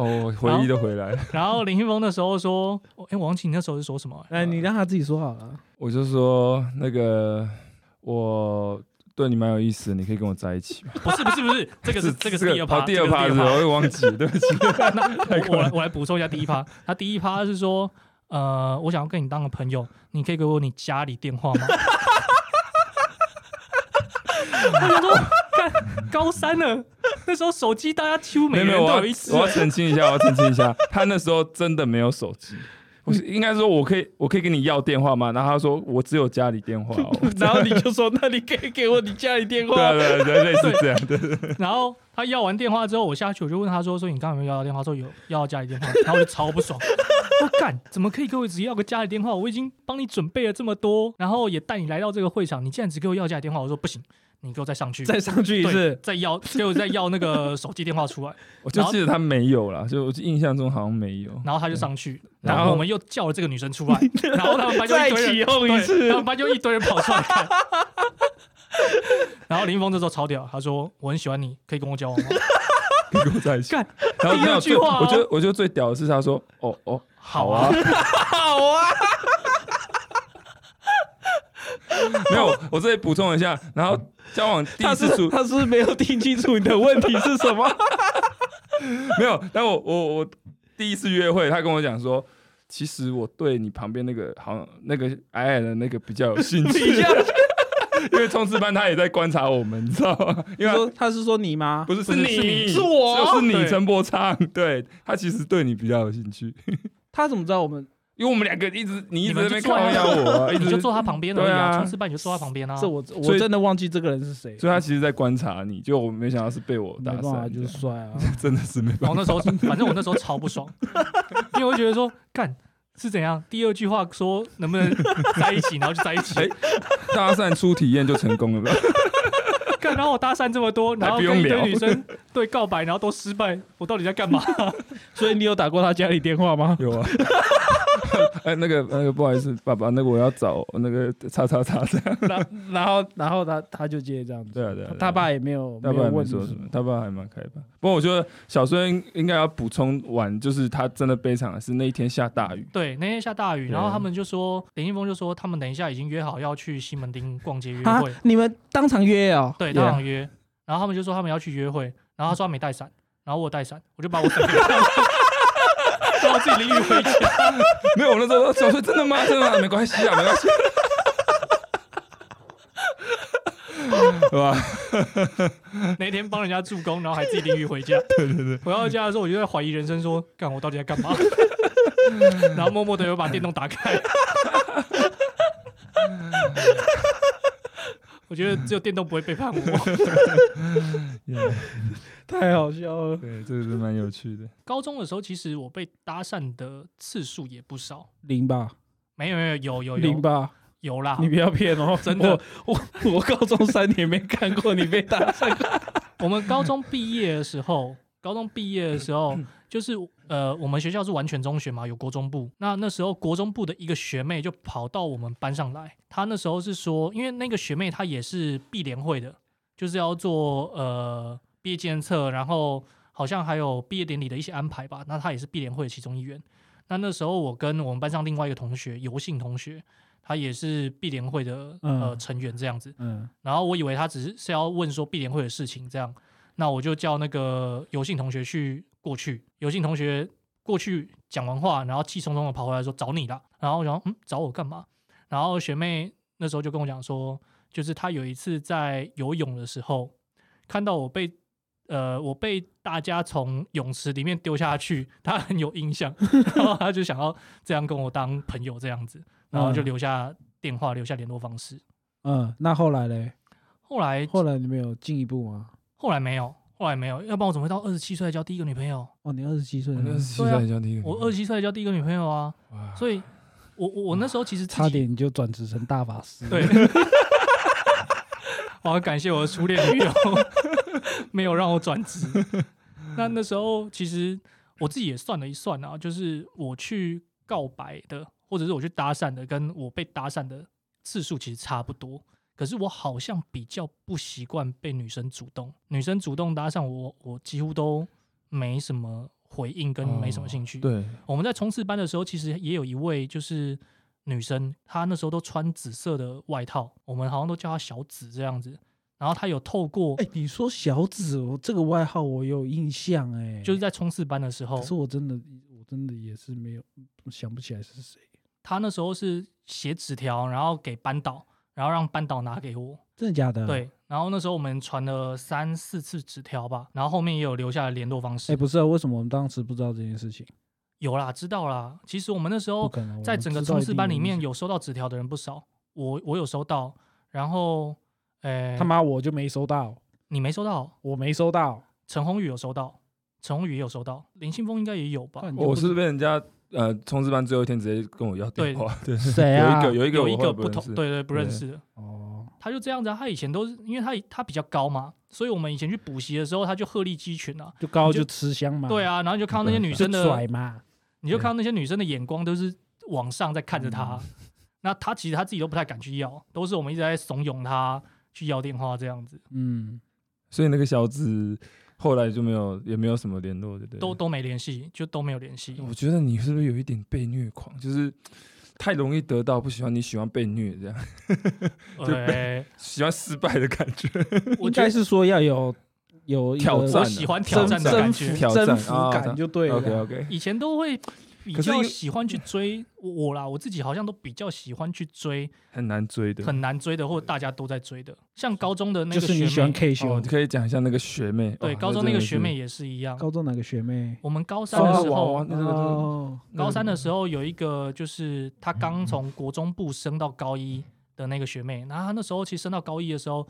[SPEAKER 3] 哦，回忆都回来了。
[SPEAKER 1] 然后林信峰那时候说，哎、我忘记你那时候是说什么、
[SPEAKER 2] 哎，你让他自己说好了。
[SPEAKER 3] 我就说那个我对你蛮有意思，你可以跟我在一起吗？
[SPEAKER 1] 不是不是不是，这个是这个是第二趴，
[SPEAKER 3] 哦第二趴
[SPEAKER 1] 这
[SPEAKER 3] 是
[SPEAKER 1] 个
[SPEAKER 3] 吧
[SPEAKER 1] 是
[SPEAKER 3] 我又忘记，了，对不起。
[SPEAKER 1] 第二趴我我来我来补充一下第一趴，他第一趴是说，呃，我想要跟你当个朋友，你可以给 我你家里电话吗？我想说，高三了，那时候手机大家几乎每
[SPEAKER 3] 没有
[SPEAKER 1] 个人都
[SPEAKER 3] 没有，我要
[SPEAKER 1] 有一只
[SPEAKER 3] 我要澄清一下，我要澄清一下，他那时候真的没有手机。我是应该说，我可以，我可以跟你要电话吗？然后他说，我只有家里电话、 哦。
[SPEAKER 2] 然后你就说，那你可以给我你家里电
[SPEAKER 3] 对啊
[SPEAKER 2] 话。
[SPEAKER 3] 对啊对啊，类似这样的。
[SPEAKER 1] 然后他要完电话之后，我下去我就问他说：“说你刚刚有没有要到电话？”他说有，要到家里电话。然后我就超不爽， 我说干，怎么可以给我只要个家里电话？我已经帮你准备了这么多，然后也带你来到这个会场，你竟然只给我要家里电话？我说不行，你给我再上去，
[SPEAKER 2] 再上去一
[SPEAKER 1] 对
[SPEAKER 2] 次，
[SPEAKER 1] 再要，给我再要那个手机电话出来。
[SPEAKER 3] 我就记得他没有啦，就我就印象中好像没有。
[SPEAKER 1] 然后他就上
[SPEAKER 2] 嗯
[SPEAKER 1] 去，
[SPEAKER 3] 然
[SPEAKER 1] 然
[SPEAKER 3] 后
[SPEAKER 1] 后我们又叫了这个女生出 来，然后他们班就一堆人
[SPEAKER 2] 再起哄一
[SPEAKER 1] 对
[SPEAKER 2] 次
[SPEAKER 1] 他们班就一堆人跑出来看。 然后林峰这时候超屌，他说：“我很喜欢你，可以跟我交往吗
[SPEAKER 3] 跟我在一起。
[SPEAKER 1] 干
[SPEAKER 3] 然后
[SPEAKER 1] 第二
[SPEAKER 3] 没有
[SPEAKER 1] 句
[SPEAKER 3] 最
[SPEAKER 1] 话哦
[SPEAKER 3] 我觉得我觉得最屌的是他说，哦哦，？”
[SPEAKER 1] 好
[SPEAKER 3] 啊，
[SPEAKER 1] 啊，
[SPEAKER 2] 好啊，
[SPEAKER 3] 没有，我这里补充一下。然后交往 第一
[SPEAKER 2] 他
[SPEAKER 3] 次
[SPEAKER 2] 是
[SPEAKER 3] 出
[SPEAKER 2] 他是不是没有听清楚你的问题是什么？
[SPEAKER 3] 没有，但我我我第一次约会，他跟我讲说，其实我对你旁边那个好像那个矮矮的那个比较有兴 趣，
[SPEAKER 2] 你这样
[SPEAKER 3] 因为冲刺班他也在观察我们，你知 道吗？因为
[SPEAKER 2] 说
[SPEAKER 3] 他
[SPEAKER 2] 他是说你吗？
[SPEAKER 3] 不是
[SPEAKER 1] 是你
[SPEAKER 3] 你
[SPEAKER 2] 是我
[SPEAKER 3] 就是你
[SPEAKER 1] 对
[SPEAKER 3] 陈伯昌，对他其实对你比较有兴趣，
[SPEAKER 2] 他怎么知道我们？
[SPEAKER 3] 因为我们两个一直你一
[SPEAKER 1] 你们
[SPEAKER 3] 直在那
[SPEAKER 1] 就
[SPEAKER 3] 边
[SPEAKER 1] 坐
[SPEAKER 3] 靠
[SPEAKER 1] 在那
[SPEAKER 3] 压我啊，一
[SPEAKER 1] 你就
[SPEAKER 3] 直。
[SPEAKER 1] 坐他旁边而已
[SPEAKER 3] 对啊
[SPEAKER 1] 啊，冲刺班你就坐他旁边啊。
[SPEAKER 2] 这我
[SPEAKER 3] 所
[SPEAKER 2] 我
[SPEAKER 3] 以
[SPEAKER 2] 真的忘记这个人是谁。
[SPEAKER 3] 所以他其实在观察你，就我没想到是被我
[SPEAKER 2] 没
[SPEAKER 3] 搭
[SPEAKER 2] 办
[SPEAKER 3] 讪
[SPEAKER 2] 法，
[SPEAKER 3] 的，
[SPEAKER 2] 就是帅啊。
[SPEAKER 3] 真的是没
[SPEAKER 1] 然
[SPEAKER 3] 办
[SPEAKER 1] 后
[SPEAKER 3] 法。
[SPEAKER 1] 哦那时候，反正我那时候超不爽， 因为我就觉得说干是怎样，第二句话说能不能在一起，然后就在一起。
[SPEAKER 3] 哎搭讪初体验就成功了吧？
[SPEAKER 1] 干，然后我搭讪这么多，然
[SPEAKER 3] 还
[SPEAKER 1] 后
[SPEAKER 3] 不用
[SPEAKER 1] 跟一堆
[SPEAKER 3] 聊
[SPEAKER 1] 女生对告白，然后都失败，我到底在干嘛？
[SPEAKER 2] 所以你有打过他家里电话 吗？
[SPEAKER 3] 有啊。哎，那个那个，不好意思，爸爸，那个我要找那个叉叉叉这样。
[SPEAKER 2] 然然后然后他他就接这样子，
[SPEAKER 3] 对啊对啊，对啊
[SPEAKER 2] 他爸也没有
[SPEAKER 3] 他
[SPEAKER 2] 没
[SPEAKER 3] 爸
[SPEAKER 2] 有
[SPEAKER 3] 还没
[SPEAKER 2] 问你
[SPEAKER 3] 说什
[SPEAKER 2] 什么
[SPEAKER 3] 么，他爸还蛮开放。不过我觉得小孙应应该要补充完，就是他真的悲惨的是那一天下大 雨，
[SPEAKER 1] 对，那天下大雨，
[SPEAKER 3] 对
[SPEAKER 1] 然后他们就说，林一峰就说他们等一下已经约好要去西门町逛街约
[SPEAKER 2] 啊
[SPEAKER 1] 会，？
[SPEAKER 2] 你们当场约哦？
[SPEAKER 1] 对，
[SPEAKER 3] Yeah
[SPEAKER 1] 当场约。然后他们就说他们要去约会，然后他说他没带伞，然后我有带伞，我就把我伞给他， 然后我自己淋雨回家。
[SPEAKER 3] 没有，我那时候小孙真的吗？真的吗？没关系啊，没关系。 对吧？
[SPEAKER 1] 那天帮人家助攻，然后还自己淋雨回家。 对对对，回到家的时候我就在怀疑人生说干我到底在干 嘛？然后默默的又把电动打 开。我觉得只有电动不会背叛我。
[SPEAKER 2] 太好笑了。
[SPEAKER 3] 对，这个是蛮有趣的。
[SPEAKER 1] 高中的时候，其实我被搭讪的次数也不少。
[SPEAKER 2] 零吧，
[SPEAKER 1] 没有没有有有
[SPEAKER 2] 零
[SPEAKER 1] 有
[SPEAKER 2] 吧，
[SPEAKER 1] 有啦
[SPEAKER 2] 你，不要骗哦，
[SPEAKER 1] 真的
[SPEAKER 2] 我，我我高中三年没看过你被打讪过，
[SPEAKER 1] 我们高中毕业的时候， 高中毕业的时候，就是呃，我们学校是完全中学嘛，有国中部。那那时候国中部的一个学妹就跑到我们班上来，她那时候是说，因为那个学妹她也是毕联会的，就是要做呃毕业纪念册，然后好像还有毕业典礼的一些安排吧。那她也是毕联会的其中一员。那那时候我跟我们班上另外一个同学尤姓同学，他也是毕联会的呃
[SPEAKER 2] 嗯
[SPEAKER 1] 成员这样子。
[SPEAKER 2] 嗯，
[SPEAKER 1] 然后我以为他只是是要问说碧莲会的事情，这样，那我就叫那个尤信同学去过去，尤信同学过去讲完话，然后气冲冲的跑回来说找你啦，然后我想嗯找我干嘛？然后学妹那时候就跟我讲说，就是她有一次在游泳的时候，看到我被呃我被大家从泳池里面丢下去，她很有印象，然后她就想要这样跟我当朋友这样子，然后就
[SPEAKER 2] 嗯
[SPEAKER 1] 留下电话，留下联络方式。
[SPEAKER 2] 嗯，那后来嘞？
[SPEAKER 1] 后来
[SPEAKER 2] 后来你们有进一步吗？
[SPEAKER 1] 后来没有，后来没有，要不然我怎么会到二十七岁才交第一个女朋友？
[SPEAKER 2] 哦，你二十七岁了，
[SPEAKER 3] 我那是期
[SPEAKER 1] 对啊
[SPEAKER 3] 待交第一个，
[SPEAKER 2] 嗯
[SPEAKER 1] 我二十七岁才交第一个女朋友啊，
[SPEAKER 3] 哇
[SPEAKER 1] 所以我我我那时候其实自己
[SPEAKER 2] 差点你就转职成大法师，
[SPEAKER 1] 对，我要感谢我的初恋女友， 没有让我转职。那那时候其实我自己也算了一算啊，就是我去告白的，或者是我去搭讪的，跟我被搭讪的次数其实差不多。可是我好像比较不习惯被女生主动，女生主动搭讪我，我几乎都没什么回应，跟没
[SPEAKER 3] 哦
[SPEAKER 1] 什么兴趣。
[SPEAKER 3] 对，
[SPEAKER 1] 我们在冲刺班的时候，其实也有一位就是女生，她那时候都穿紫色的外套，我们好像都叫她小紫这样子。然后她有透过，
[SPEAKER 2] 哎、你说小紫，我这个外号我有印象哎、
[SPEAKER 1] 就是在冲刺班的时候
[SPEAKER 2] 可，是我真的，我真的也是没有想不起来是谁，
[SPEAKER 1] 她那时候是写纸条，然后给班导，然后让班导拿给我。
[SPEAKER 2] 真的假的？，
[SPEAKER 1] 对，然后那时候我们传了三四次纸条吧，然后后面也有留下来联络方式。
[SPEAKER 2] 哎，不是、啊，为什么我们当时不知道这件事情？
[SPEAKER 1] 有啦，知道啦。其实我们那时
[SPEAKER 2] 不
[SPEAKER 1] 候
[SPEAKER 2] 可能，我
[SPEAKER 1] 在
[SPEAKER 2] 们
[SPEAKER 1] 整个
[SPEAKER 2] 知道
[SPEAKER 1] 冲
[SPEAKER 2] 一
[SPEAKER 1] 刺
[SPEAKER 2] 定
[SPEAKER 1] 班
[SPEAKER 2] 有
[SPEAKER 1] 里
[SPEAKER 2] 影
[SPEAKER 1] 面
[SPEAKER 2] 响，
[SPEAKER 1] 有收到纸条的人不少，我我有收到，然后，诶、
[SPEAKER 2] 他妈我就没收到，
[SPEAKER 1] 你没收到，
[SPEAKER 2] 我没收到，
[SPEAKER 1] 陈宏宇有收到，陈宏宇也有收到，林信峰应该也有吧？
[SPEAKER 2] 干
[SPEAKER 3] 我是被人家呃冲刺班最后一天直接跟我要电话，对，
[SPEAKER 2] 谁
[SPEAKER 3] 有一
[SPEAKER 2] 啊？
[SPEAKER 3] 个有一个
[SPEAKER 1] 哎有
[SPEAKER 3] 我
[SPEAKER 1] 一
[SPEAKER 3] 后来
[SPEAKER 1] 个
[SPEAKER 3] 不
[SPEAKER 1] 同，
[SPEAKER 3] 认识，
[SPEAKER 1] 对对，不认
[SPEAKER 3] 对
[SPEAKER 1] 识的，
[SPEAKER 2] 哦，
[SPEAKER 1] 他就这样子、啊。他以前都是因为他他比较高嘛，所以我们以前去补习的时候，他就鹤立鸡群啊。
[SPEAKER 2] 就高
[SPEAKER 1] 你就
[SPEAKER 2] 就吃香
[SPEAKER 3] 嗯
[SPEAKER 2] 嘛，
[SPEAKER 1] 对，啊，然后你就看到那些女
[SPEAKER 2] 就
[SPEAKER 1] 生的
[SPEAKER 2] 拽嘛，
[SPEAKER 1] 你就
[SPEAKER 3] 对
[SPEAKER 1] 看到那些女生的眼光都是往上在看着他，
[SPEAKER 3] 嗯
[SPEAKER 1] 那他其实他自己都不太敢去要，都是我们一直在怂恿他去要电话这样子，
[SPEAKER 2] 嗯，
[SPEAKER 3] 所以那个小子后来就没有也没有什么联络，对嗯不对？
[SPEAKER 1] 都都没联系，就都没有联系。
[SPEAKER 3] 我觉得你是不是有一点被虐狂，就是太容易得到不喜欢，你喜欢被虐这样， 就
[SPEAKER 1] 对，
[SPEAKER 3] 喜欢失败的感 觉，
[SPEAKER 1] 哎我
[SPEAKER 2] 应
[SPEAKER 1] 觉
[SPEAKER 2] 该
[SPEAKER 1] 得
[SPEAKER 2] 是说要有有一个
[SPEAKER 3] 挑战
[SPEAKER 1] 我
[SPEAKER 3] 啊
[SPEAKER 1] 喜欢挑
[SPEAKER 2] 征
[SPEAKER 1] 战的
[SPEAKER 2] 征
[SPEAKER 1] 感
[SPEAKER 2] 服
[SPEAKER 1] 觉，
[SPEAKER 3] 挑战
[SPEAKER 2] 征服
[SPEAKER 3] 啊
[SPEAKER 2] 感就对
[SPEAKER 3] OK
[SPEAKER 2] 了。
[SPEAKER 3] OK，
[SPEAKER 1] 以前都会比
[SPEAKER 3] 可是因
[SPEAKER 1] 较
[SPEAKER 3] 为
[SPEAKER 1] 喜欢去追我我啦，我自己好像都比较喜欢去追
[SPEAKER 3] 很难追的。
[SPEAKER 1] 很难追的，或者大家都在追的，像高中的那
[SPEAKER 2] 就
[SPEAKER 1] 个
[SPEAKER 2] 是你喜
[SPEAKER 1] 学
[SPEAKER 2] 欢
[SPEAKER 1] 妹，
[SPEAKER 2] K
[SPEAKER 3] 哦，
[SPEAKER 2] 修
[SPEAKER 3] 你，可以讲一下那个学妹，
[SPEAKER 1] 对，
[SPEAKER 3] 哦
[SPEAKER 1] 高中那个学，妹
[SPEAKER 3] 真的
[SPEAKER 1] 也是一样。
[SPEAKER 2] 高中哪个学妹？
[SPEAKER 1] 我们高三
[SPEAKER 3] 双
[SPEAKER 1] 的
[SPEAKER 3] 子
[SPEAKER 1] 时
[SPEAKER 3] 娃
[SPEAKER 1] 候呃
[SPEAKER 3] 娃，那个
[SPEAKER 2] 哦，
[SPEAKER 3] 是
[SPEAKER 1] 高三的时候有一个就是她刚从国中部升到高一的那个学妹，然后她那时候其实升到高一的时候，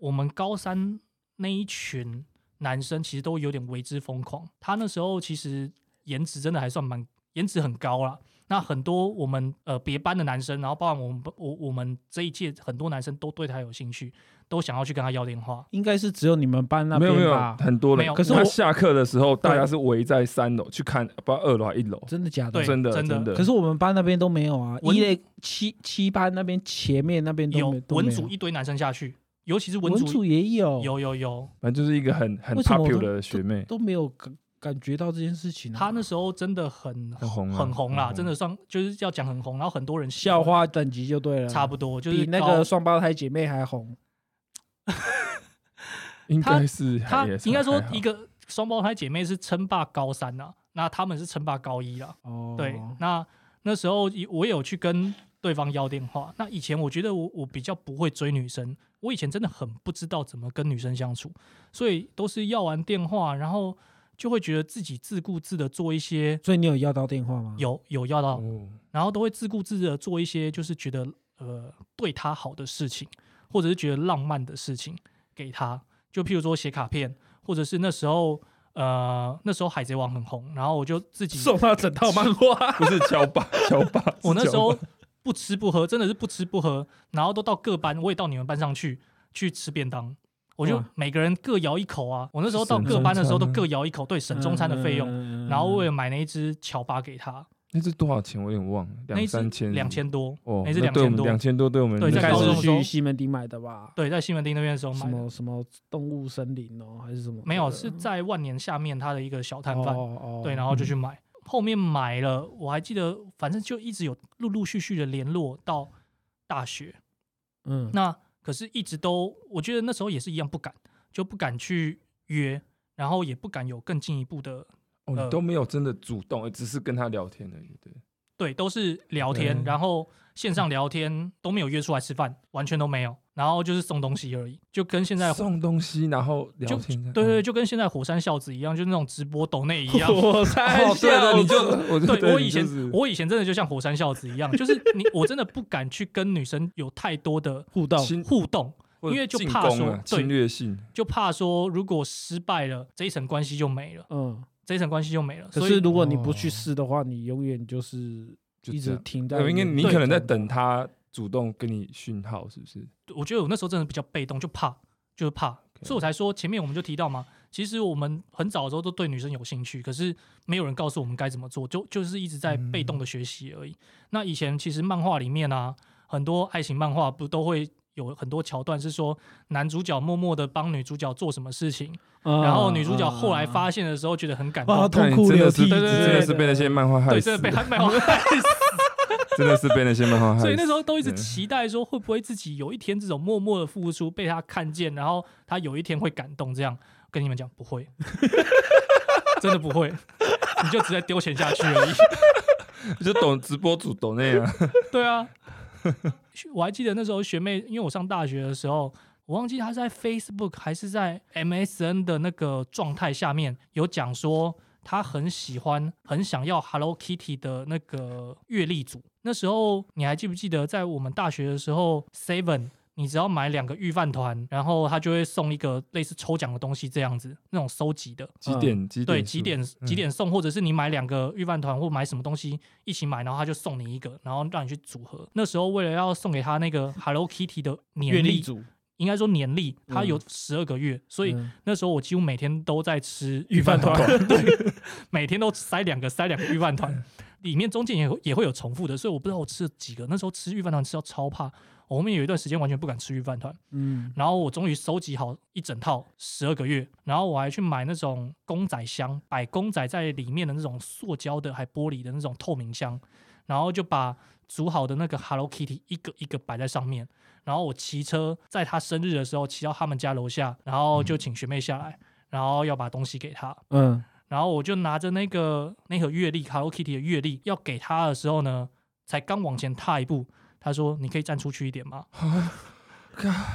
[SPEAKER 1] 我们高三那一群男生其实都有点为之疯狂。她那时候其实颜值真的还算蛮，颜值很高啦。那很多我们呃别班的男生，然后包含我们我我们这一届很多男生都对她有兴趣，都想要去跟她要电话。
[SPEAKER 2] 应该是只有你们班那
[SPEAKER 3] 没
[SPEAKER 2] 边
[SPEAKER 3] 有没有
[SPEAKER 2] 吧？
[SPEAKER 3] 很多
[SPEAKER 1] 没
[SPEAKER 3] 人，
[SPEAKER 1] 有
[SPEAKER 3] 可是
[SPEAKER 2] 我
[SPEAKER 3] 他下课的时候，大家是围在三楼去看，不知道二楼还一楼，
[SPEAKER 2] 真的假的
[SPEAKER 1] 对？
[SPEAKER 3] 真的
[SPEAKER 1] 真的
[SPEAKER 3] 的。
[SPEAKER 2] 可是我们班那边都没有啊，
[SPEAKER 1] 文
[SPEAKER 2] 一类七七班那边前面那边都
[SPEAKER 1] 有
[SPEAKER 2] 没都
[SPEAKER 1] 文
[SPEAKER 2] 没有
[SPEAKER 1] 组一堆男生下去，尤其是文
[SPEAKER 2] 文
[SPEAKER 1] 组
[SPEAKER 2] 组也有，
[SPEAKER 1] 有有有，
[SPEAKER 3] 反正就是一个很很
[SPEAKER 2] 为什么我
[SPEAKER 3] popular
[SPEAKER 2] 都
[SPEAKER 3] 的学妹，
[SPEAKER 2] 都没有感感觉到这件事情啊。
[SPEAKER 1] 他那时候真的很
[SPEAKER 3] 很红啊
[SPEAKER 1] 很红啦，
[SPEAKER 3] 很红
[SPEAKER 1] 真的算就是要讲很红，然后很多人喜欢
[SPEAKER 2] 校花等级就对了，
[SPEAKER 1] 差不多，就是
[SPEAKER 2] 比那
[SPEAKER 1] 高
[SPEAKER 2] 个双胞胎姐妹还红。
[SPEAKER 3] 应
[SPEAKER 1] 她
[SPEAKER 3] 该是
[SPEAKER 1] 他
[SPEAKER 3] 也是
[SPEAKER 1] 应该说
[SPEAKER 3] 还好
[SPEAKER 1] 一个双胞胎姐妹是称霸高三啊，那他们是称霸高一啦。
[SPEAKER 2] 哦，
[SPEAKER 1] 对，那那时候也我也有去跟对方要电话。那以前我觉得我我比较不会追女生，我以前真的很不知道怎么跟女生相处，所以都是要完电话，然后就会觉得自己自顾自的做一些
[SPEAKER 2] 所以你有要到电话 吗？，
[SPEAKER 1] 有有要到
[SPEAKER 3] 哦
[SPEAKER 1] 然后都会自顾自的做一些就是觉得呃对他好的事情，或者是觉得浪漫的事情给他，就譬如说写卡片，或者是那时候呃那时候海贼王很红，然后我就自己
[SPEAKER 2] 送到整套漫 画。
[SPEAKER 3] 不是乔 巴乔巴，
[SPEAKER 1] 我那
[SPEAKER 3] 是
[SPEAKER 1] 时
[SPEAKER 3] 乔
[SPEAKER 1] 候
[SPEAKER 3] 巴
[SPEAKER 1] 不吃不喝，真的是不吃不喝，然后都到各班，我也到你们班上去去吃便当。我就
[SPEAKER 2] 哇
[SPEAKER 1] 每个人各摇一口啊！我那时候到
[SPEAKER 3] 省
[SPEAKER 1] 各班的时候都
[SPEAKER 3] 中餐啊嗯
[SPEAKER 1] 各摇一口，对，省中餐的费用。
[SPEAKER 2] 用
[SPEAKER 1] 然后我也买那一只乔巴给他，
[SPEAKER 3] 那是多少钱？我有点忘了，
[SPEAKER 1] 那
[SPEAKER 3] 两
[SPEAKER 1] 一只
[SPEAKER 3] 三千，
[SPEAKER 1] 两千多，
[SPEAKER 3] 哦，
[SPEAKER 1] 那一只
[SPEAKER 3] 对我
[SPEAKER 1] 2000
[SPEAKER 3] 们
[SPEAKER 1] 多
[SPEAKER 3] 两千多，对我们
[SPEAKER 1] 对
[SPEAKER 2] 应
[SPEAKER 1] 在
[SPEAKER 2] 该
[SPEAKER 1] 高中
[SPEAKER 2] 是
[SPEAKER 1] 的时候
[SPEAKER 2] 去西门町买的吧？
[SPEAKER 1] 对，在西门町那边的时候买
[SPEAKER 2] 什
[SPEAKER 1] 的。
[SPEAKER 2] 么什么动物森林哦，还是什么的？
[SPEAKER 1] 没有，
[SPEAKER 3] 嗯
[SPEAKER 1] 是在万年下面它的一个小摊
[SPEAKER 2] 哦
[SPEAKER 1] 贩，
[SPEAKER 2] 哦，
[SPEAKER 1] 对，然后就去买。后面买了，我还记得，反正就一直有陆陆续续的联络到大学。
[SPEAKER 2] 嗯，
[SPEAKER 1] 那可是一直都，我觉得那时候也是一样不敢，就不敢去约，然后也不敢有更进一步的，
[SPEAKER 3] 哦，
[SPEAKER 1] 呃
[SPEAKER 3] 你都没有真的主动，欸只是跟他聊天而已，对。
[SPEAKER 1] 对，都是聊天，
[SPEAKER 3] 对
[SPEAKER 1] 然后线上聊天都没有约出来吃饭，完全都没有，然后就是送东西而已，就跟现在。
[SPEAKER 3] 送东西，然后聊
[SPEAKER 1] 就
[SPEAKER 3] 天这样，
[SPEAKER 1] 对对，
[SPEAKER 3] 哦，
[SPEAKER 1] 就跟现在火山孝子一样，就那种直播抖内一样，
[SPEAKER 2] 我才
[SPEAKER 3] 哦对
[SPEAKER 2] 笑
[SPEAKER 3] 的，你
[SPEAKER 2] 死
[SPEAKER 3] 就我
[SPEAKER 1] 对我
[SPEAKER 3] 你
[SPEAKER 1] 以
[SPEAKER 3] 就
[SPEAKER 1] 前
[SPEAKER 3] 是，
[SPEAKER 1] 我以前真的就像火山孝子一样，就是你，我真的不敢去跟女生有太多的
[SPEAKER 2] 互动
[SPEAKER 3] 侵
[SPEAKER 1] 互动，
[SPEAKER 3] 或者
[SPEAKER 1] 因为就
[SPEAKER 3] 进
[SPEAKER 1] 怕
[SPEAKER 3] 攻
[SPEAKER 1] 说
[SPEAKER 3] 啊
[SPEAKER 1] 对
[SPEAKER 3] 侵略性，
[SPEAKER 1] 就怕说如果失败了，这一层关系就没了，
[SPEAKER 2] 嗯，
[SPEAKER 1] 这一层关系就没了。
[SPEAKER 2] 可
[SPEAKER 1] 所
[SPEAKER 2] 是
[SPEAKER 1] 以
[SPEAKER 2] 如果你不去试的话，你永远就是
[SPEAKER 3] 哦就
[SPEAKER 2] 一
[SPEAKER 3] 这
[SPEAKER 2] 直
[SPEAKER 3] 样。
[SPEAKER 2] 停在原
[SPEAKER 3] 对，
[SPEAKER 2] 地。
[SPEAKER 3] 因为你
[SPEAKER 1] 对
[SPEAKER 3] 可能在等他主动跟你讯号，是不是？
[SPEAKER 1] 我觉得我那时候真的比较被动，就怕，就是怕，所以我才说前面我们就提到嘛，其实我们很早的时候都对女生有兴趣，可是没有人告诉我们该怎么做，就就是一直在被动的学习而已。那以前其实漫画里面啊，很多爱情漫画不都会。有很多桥段是说男主角默默的帮女主角做什么事情，
[SPEAKER 2] 嗯，
[SPEAKER 1] 然后女主角后来
[SPEAKER 2] 嗯
[SPEAKER 1] 发现的时候觉得很感
[SPEAKER 2] 哇，
[SPEAKER 1] 动，
[SPEAKER 2] 痛哭
[SPEAKER 3] 真
[SPEAKER 2] 流
[SPEAKER 3] 的是
[SPEAKER 2] 涕之
[SPEAKER 1] 对
[SPEAKER 2] 类
[SPEAKER 3] 真
[SPEAKER 1] 对
[SPEAKER 2] 的，
[SPEAKER 3] 的是被那些漫画害
[SPEAKER 1] 对，
[SPEAKER 3] 死
[SPEAKER 1] 真的，被他卖完，
[SPEAKER 3] 真的哦是被那些漫画害死。
[SPEAKER 1] 所以那时候都一直
[SPEAKER 3] 对
[SPEAKER 1] 期待说会不会自己有一天这种默默的付出被他看见，然后他有一天会感动。这样跟你们讲，不会， 真的不会，你就直接丢钱下去而已。
[SPEAKER 3] 就懂直播主
[SPEAKER 1] 嗯
[SPEAKER 3] 懂那样，
[SPEAKER 1] 对啊，我还记得那时候学妹，因为我上大学的时候，我忘记他是在 Facebook 还是在 MSN 的那个状态下面有讲说。他很喜欢、很想要 Hello Kitty 的那个月历组。那时候你还记不记得，在我们大学的时候，Seven，你只要买两个预饭团，然后他就会送一个类似抽奖的东西，这样子那种收集的。
[SPEAKER 3] 几点？几点数？
[SPEAKER 1] 对，几点几
[SPEAKER 3] 嗯
[SPEAKER 1] 点送，或者是你买两个预饭团或买什么东西一起买，然后他就送你一个，然后让你去组合。那时候为了要送给他那个 Hello Kitty 的
[SPEAKER 4] 阅
[SPEAKER 1] 年
[SPEAKER 4] 历
[SPEAKER 1] 历，
[SPEAKER 4] 组，
[SPEAKER 1] 应该说年历，它有
[SPEAKER 4] 嗯
[SPEAKER 1] 十二个月，所以
[SPEAKER 4] 嗯
[SPEAKER 1] 那时候我几乎每天都在吃
[SPEAKER 4] 预饭团，嗯
[SPEAKER 1] 对，每天都塞两个塞两个预饭团， 里面中间也会也会有重复的，所以我不知道我吃了几个。那时候吃预饭团吃到超怕，我后面有一段时间完全不敢吃预饭团。
[SPEAKER 2] 嗯，
[SPEAKER 1] 然后我终于收集好一整套十二个月，然后我还去买那种公仔箱，摆公仔在里面的那种塑胶的还玻璃的那种透明箱，然后就把煮好的那个 Hello Kitty 一个一个摆在上面。然后我骑车在他生日的时候骑到他们家楼下，然后就请学妹下来，然后要把东西给他。
[SPEAKER 2] 嗯，
[SPEAKER 1] 然后我就拿着那个那盒月历 Hello Kitty 的月历要给他的时候呢，才刚往前踏一步，他说：“你可以站出去一点吗？”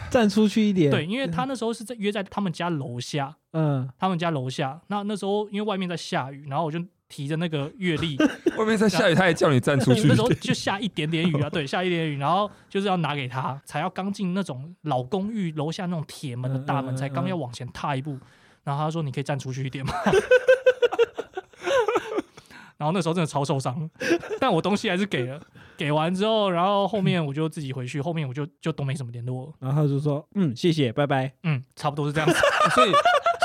[SPEAKER 2] 站出去一点，
[SPEAKER 1] 对，，因为他那时候是在约在他们家楼下，
[SPEAKER 2] 嗯，
[SPEAKER 1] 他们家楼下。那那时候因为外面在下雨，然后我就提着那个 月历，
[SPEAKER 3] 外面在下雨，他也叫你站出去
[SPEAKER 1] 那。时候就下一点点雨啊，对，下一点点雨，然后就是要拿给他，才要刚进那种老公寓楼下那种铁门的大门，
[SPEAKER 2] 嗯嗯
[SPEAKER 1] 才刚要
[SPEAKER 2] 嗯
[SPEAKER 1] 往前踏一步，然后他说：“你可以站出去一点吗？” 然后那时候真的超受伤，但我东西还是给了。给完之后，然后后面我就自己回去，后面我就就都没什么联络了。
[SPEAKER 2] 然后他就说，嗯，谢谢，拜拜。
[SPEAKER 1] 嗯，差不多是这样子。
[SPEAKER 3] 所以，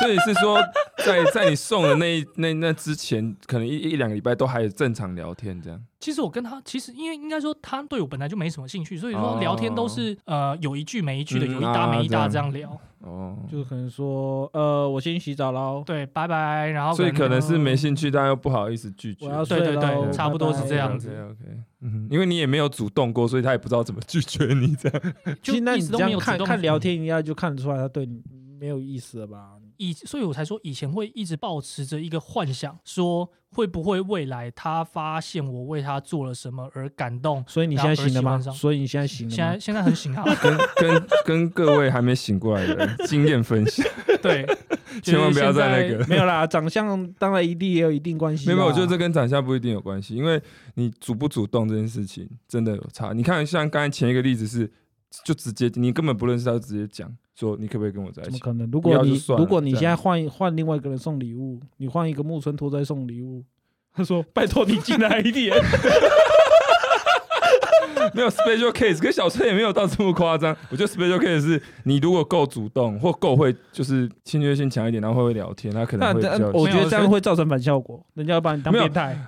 [SPEAKER 3] 所以是说，在在你送的那一那那之前，可能一一两个礼拜都还有正常聊天这样。
[SPEAKER 1] 其实我跟他，其实因为应该说他对我本来就没什么兴趣，所以说
[SPEAKER 3] 哦
[SPEAKER 1] 聊天都是、呃有一句没一句的，
[SPEAKER 3] 嗯
[SPEAKER 1] 有一搭没一搭
[SPEAKER 3] 啊
[SPEAKER 1] 这
[SPEAKER 3] 这
[SPEAKER 1] 样
[SPEAKER 3] 样
[SPEAKER 1] 聊。
[SPEAKER 3] 哦，
[SPEAKER 2] 就可能说，呃，我先洗澡喽，
[SPEAKER 1] 对，拜拜。然后
[SPEAKER 3] 所以可能是没兴趣，但又不好意思拒绝。
[SPEAKER 2] 我要
[SPEAKER 1] 对
[SPEAKER 2] 睡
[SPEAKER 1] 对
[SPEAKER 2] 喽，
[SPEAKER 1] 对
[SPEAKER 2] 拜
[SPEAKER 1] 差不多是
[SPEAKER 2] 拜
[SPEAKER 1] 这样子
[SPEAKER 3] OK，嗯，因为你也没有主动过，所以他也不知道怎么拒绝你这 样。
[SPEAKER 1] 就
[SPEAKER 2] 其实那
[SPEAKER 1] 一
[SPEAKER 2] 你
[SPEAKER 1] 直
[SPEAKER 2] 这
[SPEAKER 1] 都没
[SPEAKER 2] 样
[SPEAKER 1] 有主
[SPEAKER 2] 看
[SPEAKER 1] 动
[SPEAKER 2] 看聊天一下就看得出来他对你没有意思了吧？
[SPEAKER 1] 以，所以我才说以前会一直保持着一个幻想，说会不会未来他发现我为他做了什么而感动。
[SPEAKER 2] 所以你现在醒了
[SPEAKER 1] 然后儿媳
[SPEAKER 2] 吗？
[SPEAKER 1] 晚上
[SPEAKER 2] 所以你现在醒了
[SPEAKER 1] 现
[SPEAKER 2] 吗
[SPEAKER 1] 在？现在很醒啊，
[SPEAKER 3] 跟跟 跟各位还没醒过来的人经验分享，
[SPEAKER 1] 对，就是
[SPEAKER 3] 千万不要
[SPEAKER 1] 现
[SPEAKER 3] 再
[SPEAKER 1] 在
[SPEAKER 3] 那个。
[SPEAKER 2] 没有啦，长相当然一定也有一定关系
[SPEAKER 3] 没
[SPEAKER 2] 啦。
[SPEAKER 3] 有，没有，我觉得这跟长相不一定有关系，因为你主不主动这件事情真的有差。你看，像刚才前一个例子是，就直接你根本不认识他，就直接讲说你可不可以跟我在一
[SPEAKER 2] 怎么
[SPEAKER 3] 起？
[SPEAKER 2] 可能？如
[SPEAKER 3] 不要
[SPEAKER 2] 果
[SPEAKER 3] 就
[SPEAKER 2] 你
[SPEAKER 3] 算了
[SPEAKER 2] 如果你
[SPEAKER 3] 这样
[SPEAKER 2] 现在换换另外一个人送礼物，你换一个木村拓哉送礼物，他说拜托你进来一点，
[SPEAKER 3] 没有 special case，跟小春也没有到这么夸张。 我觉得 special case 是你如果够主动或够会，就是侵略性强一点，然后会会聊天，他可
[SPEAKER 2] 那
[SPEAKER 3] 能会比
[SPEAKER 2] 那
[SPEAKER 3] 较。
[SPEAKER 2] 我觉
[SPEAKER 1] 没
[SPEAKER 2] 得
[SPEAKER 1] 有
[SPEAKER 2] 这样会造成反效果，人家要把你当
[SPEAKER 3] 没有
[SPEAKER 2] 变态。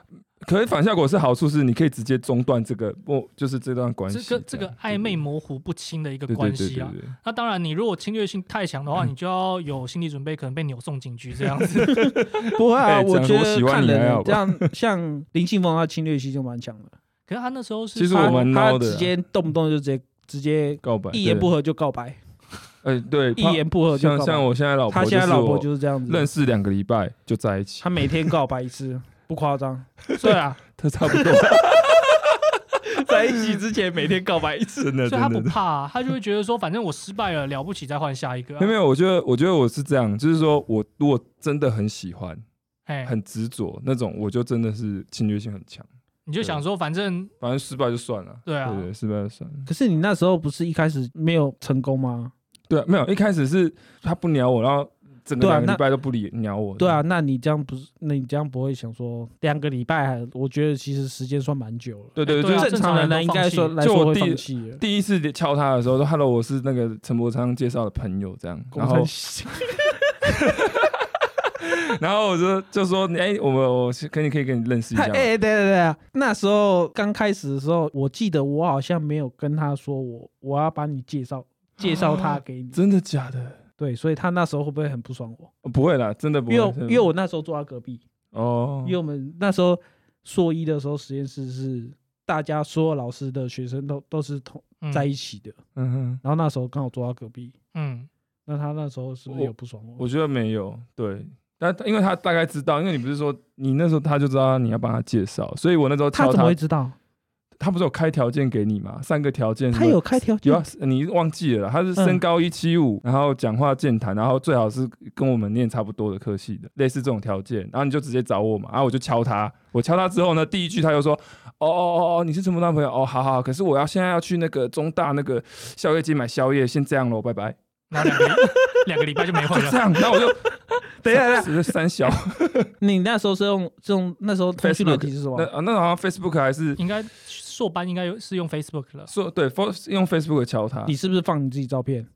[SPEAKER 3] 可是反效果是好处是，你可以直接中断这个不就是这段关系
[SPEAKER 1] 这
[SPEAKER 3] 样，
[SPEAKER 1] 个这个暧昧模糊不清的一个
[SPEAKER 3] 对
[SPEAKER 1] 关系啊。。
[SPEAKER 3] 对对对对对
[SPEAKER 1] 那当然，你如果侵略性太强 的话，你就要有心理准备，可能被扭送警局这样子。
[SPEAKER 2] 不 会啊，
[SPEAKER 3] 哎
[SPEAKER 2] 我
[SPEAKER 3] 讲
[SPEAKER 2] 觉
[SPEAKER 3] 我
[SPEAKER 2] 得
[SPEAKER 3] 喜欢
[SPEAKER 2] 看
[SPEAKER 3] 你还
[SPEAKER 2] 人
[SPEAKER 3] 好吧
[SPEAKER 2] 这样， 像林信峰他侵略性就蛮强的，
[SPEAKER 1] 可是他那时候是
[SPEAKER 3] 其实
[SPEAKER 1] 发
[SPEAKER 3] 我蛮
[SPEAKER 2] 他
[SPEAKER 3] 孬的啊
[SPEAKER 2] 直接动不动就直接直接
[SPEAKER 3] 告白
[SPEAKER 2] 一言不
[SPEAKER 3] 合，
[SPEAKER 2] 合就告白，
[SPEAKER 3] 哎对，
[SPEAKER 2] 一
[SPEAKER 3] 怕
[SPEAKER 2] 言不合就告
[SPEAKER 3] 像
[SPEAKER 2] 白。
[SPEAKER 3] 像我现在老婆，
[SPEAKER 2] 他现在老婆
[SPEAKER 3] 是
[SPEAKER 2] 就是这样
[SPEAKER 3] 我
[SPEAKER 2] 子，
[SPEAKER 3] 认识两个礼拜就在一起，
[SPEAKER 2] 他每天告白一次，不夸张。对 啊，
[SPEAKER 3] 他差不多
[SPEAKER 2] 在一起之前每天告白一次。
[SPEAKER 3] 真的
[SPEAKER 1] 所以他
[SPEAKER 3] 真
[SPEAKER 1] 不
[SPEAKER 3] 的。
[SPEAKER 1] 怕啊、他就会觉得说，反正我失败了，了不起再换下一个、啊
[SPEAKER 3] 没有，。没有，我觉得，我觉得我是这样，就是说我如果真的很喜欢、
[SPEAKER 1] 哎，
[SPEAKER 3] 很执着那种，我就真的是侵略性很强。
[SPEAKER 1] 你就想说，反正
[SPEAKER 3] 反正失败就算了，
[SPEAKER 1] 对啊
[SPEAKER 3] 对对，失败就算了。
[SPEAKER 2] 可是你那时候不是一开始没有成功吗？
[SPEAKER 3] 对啊，没有，一开始是他不鸟我，然后整个
[SPEAKER 2] 对啊
[SPEAKER 3] 两个
[SPEAKER 2] 那
[SPEAKER 3] 礼拜都不理鸟我。
[SPEAKER 2] 对啊，，那你这样不是？那你这样不会想说两个礼拜还？我觉得其实时间算蛮久了。
[SPEAKER 3] 对对，
[SPEAKER 1] 哎对
[SPEAKER 3] 对
[SPEAKER 1] 啊
[SPEAKER 3] 就是
[SPEAKER 2] 正常人呢，应该说来
[SPEAKER 3] 就
[SPEAKER 2] 说
[SPEAKER 3] 我
[SPEAKER 2] 会
[SPEAKER 3] 弟
[SPEAKER 2] 放弃了。
[SPEAKER 3] 第一次敲他的时候说：“Hello，我是那个陈伯昌介绍的朋友。”这样，然后
[SPEAKER 2] 公司
[SPEAKER 3] 然后我就就说：“你哎，我们我是跟你可以跟你认识一
[SPEAKER 2] 他
[SPEAKER 3] 下吗。
[SPEAKER 2] 哎，对对对啊，那时候刚开始的时候，我记得我好像没有跟他说我我要把你介绍介绍
[SPEAKER 3] 啊
[SPEAKER 2] 他给你。
[SPEAKER 3] 真的假的？
[SPEAKER 2] 对，所以他那时候会不会很不爽我？
[SPEAKER 3] 哦不会啦，真的不会。
[SPEAKER 2] 因为
[SPEAKER 3] 真的
[SPEAKER 2] 因为我那时候坐他隔壁，
[SPEAKER 3] 哦
[SPEAKER 2] 因为我们那时候硕一的时候，实验室是大家所有老师的学生都都是同
[SPEAKER 1] 嗯
[SPEAKER 2] 在一起的，
[SPEAKER 3] 嗯哼，
[SPEAKER 2] 然后那时候刚好坐他隔壁，
[SPEAKER 1] 嗯，
[SPEAKER 2] 那他那时候是不是
[SPEAKER 3] 我
[SPEAKER 2] 有不爽我？
[SPEAKER 3] 我觉得没有对。”但因为他大概知道，因为你不是说你那时候他就知道你要帮他介绍，所以我那时候
[SPEAKER 2] 他
[SPEAKER 3] 敲
[SPEAKER 2] 怎么会知道？
[SPEAKER 3] 他不是有开条件给你吗？三个条件，
[SPEAKER 2] 他有开条件
[SPEAKER 3] 有啊，你忘记了啦，他是
[SPEAKER 2] 嗯
[SPEAKER 3] 身高一七五，然后讲话健谈，然后最好是跟我们念差不多的科系的，类似这种条件，然后你就直接找我嘛，然后我就敲他，我敲他之后呢，第一句他就说，哦哦哦哦，你是什么男朋友？哦，好好，好可是我要现在要去那个中大那个宵夜街买宵夜，先这样喽，拜拜，
[SPEAKER 1] 然后两个礼 两个礼拜就没回
[SPEAKER 3] 就这
[SPEAKER 1] 了。
[SPEAKER 3] 样，然后我就
[SPEAKER 2] 等一下等一下，
[SPEAKER 3] 是 三小，
[SPEAKER 2] 你那时候是用这种那时候通讯软体是什么
[SPEAKER 3] 那？啊那好像 Facebook 还是
[SPEAKER 1] 应该硕班应该有是用 Facebook 了，
[SPEAKER 3] 说对，fo- 用 Facebook 敲他，
[SPEAKER 2] 你是不是放你自己照片？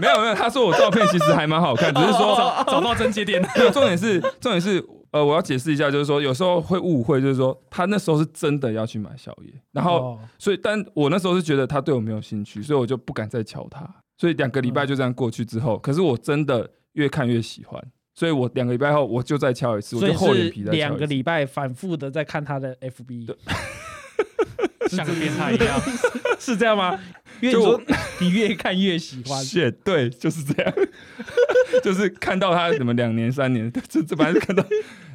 [SPEAKER 3] 没有没有，他说我照片其实还蛮好看，只是
[SPEAKER 2] 哦
[SPEAKER 3] 说
[SPEAKER 1] 找找到症 结点了。
[SPEAKER 3] 没有，重点是重点是，呃，我要解释一下，就是说有时候会误会，就是说他那时候是真的要去买宵夜，然后、
[SPEAKER 2] 哦
[SPEAKER 3] 所以，但我那时候是觉得他对我没有兴趣，所以我就不敢再瞧他。所以两个礼
[SPEAKER 2] 嗯
[SPEAKER 3] 拜就这样过去之后，可是我真的越看越喜欢，所以我两个礼拜后我就再敲一次，我
[SPEAKER 2] 所
[SPEAKER 3] 就
[SPEAKER 2] 以
[SPEAKER 3] 厚
[SPEAKER 2] 是
[SPEAKER 3] 脸皮再
[SPEAKER 2] 两
[SPEAKER 3] 敲
[SPEAKER 2] 个
[SPEAKER 3] 一次。
[SPEAKER 2] 礼拜反复的在看他的 FB，
[SPEAKER 3] 对
[SPEAKER 1] 像个变态一样，
[SPEAKER 2] 是这样吗？因为
[SPEAKER 3] 就
[SPEAKER 2] 你
[SPEAKER 3] 我
[SPEAKER 2] 说你越看越喜欢，
[SPEAKER 3] 是，对，就是这样， 就是看到他什么两年三年， 这这反正看到，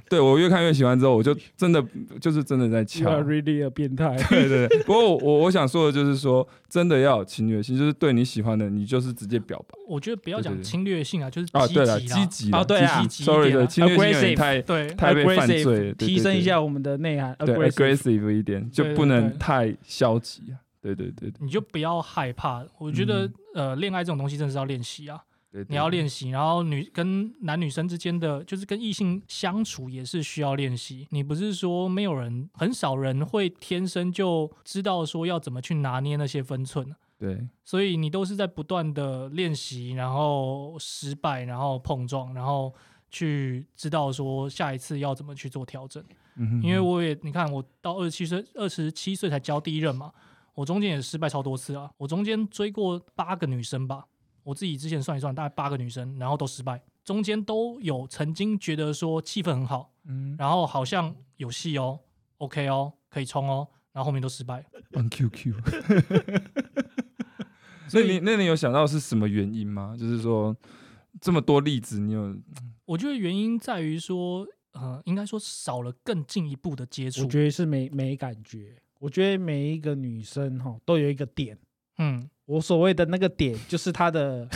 [SPEAKER 3] 对我越看越喜欢之后，我就真的就是真的在
[SPEAKER 2] 你
[SPEAKER 3] 敲。
[SPEAKER 2] really a 变 态。
[SPEAKER 3] 对对对，不过我我我想说的就是说，真的要有侵略性，就是对你喜欢的，你就是直接表白
[SPEAKER 1] 我觉得不要
[SPEAKER 3] 对
[SPEAKER 1] 讲
[SPEAKER 3] 对对
[SPEAKER 1] 侵略性啊，就是
[SPEAKER 3] 啊。
[SPEAKER 1] 积
[SPEAKER 3] 对了，
[SPEAKER 1] 极
[SPEAKER 3] 积
[SPEAKER 1] 啦。
[SPEAKER 3] 极啦
[SPEAKER 2] 哦对啊
[SPEAKER 3] 积
[SPEAKER 1] 积
[SPEAKER 3] 极
[SPEAKER 1] 极一点啊
[SPEAKER 3] sorry 对，侵略性有点
[SPEAKER 2] Aggressive
[SPEAKER 3] 太
[SPEAKER 1] 对，
[SPEAKER 3] 太被犯罪
[SPEAKER 2] Aggressive，
[SPEAKER 3] 对对对
[SPEAKER 2] 提升一下我们的内涵。
[SPEAKER 3] 对
[SPEAKER 2] aggressive
[SPEAKER 3] aggressive 一点，就
[SPEAKER 1] 对对
[SPEAKER 3] 不
[SPEAKER 1] 对
[SPEAKER 3] 能太消极啊。对对对对
[SPEAKER 1] 你就不要害怕。我觉得
[SPEAKER 3] 嗯
[SPEAKER 1] 呃，恋爱这种东西真的是要练习啊，
[SPEAKER 3] 对，
[SPEAKER 1] 你要练习，然后女跟男女生之间的，就是跟异性相处也是需要练习。你不是说没有人，很少人会天生就知道说要怎么去拿捏那些分寸。啊
[SPEAKER 3] 对
[SPEAKER 1] 所以你都是在不断的练习，然后失败，然后碰撞，然后去知道说下一次要怎么去做调整。
[SPEAKER 3] 嗯哼
[SPEAKER 1] 因为我也你看，我到二十七岁，二十七岁才交第一任嘛，我中间也失败超多次啊，我中间追过八个女生吧，我自己之前算一算，大概八个女生，然后都失败，中间都有曾经觉得说气氛很好，
[SPEAKER 3] 嗯
[SPEAKER 1] 然后好像有戏哦，OK 哦，可以冲哦，然后后面都失败。
[SPEAKER 3] on QQ，
[SPEAKER 1] 所
[SPEAKER 3] 那
[SPEAKER 1] 以
[SPEAKER 3] 你那你有想到是什么原因吗？就是说这么多例子，你有
[SPEAKER 1] 我觉得原因在于说，呃，应该说少了更进一步的接触
[SPEAKER 2] 我。觉得是没没感觉。我觉得每一个女生哈都有一个点，
[SPEAKER 1] 嗯，
[SPEAKER 2] 我所谓的那个点就是她的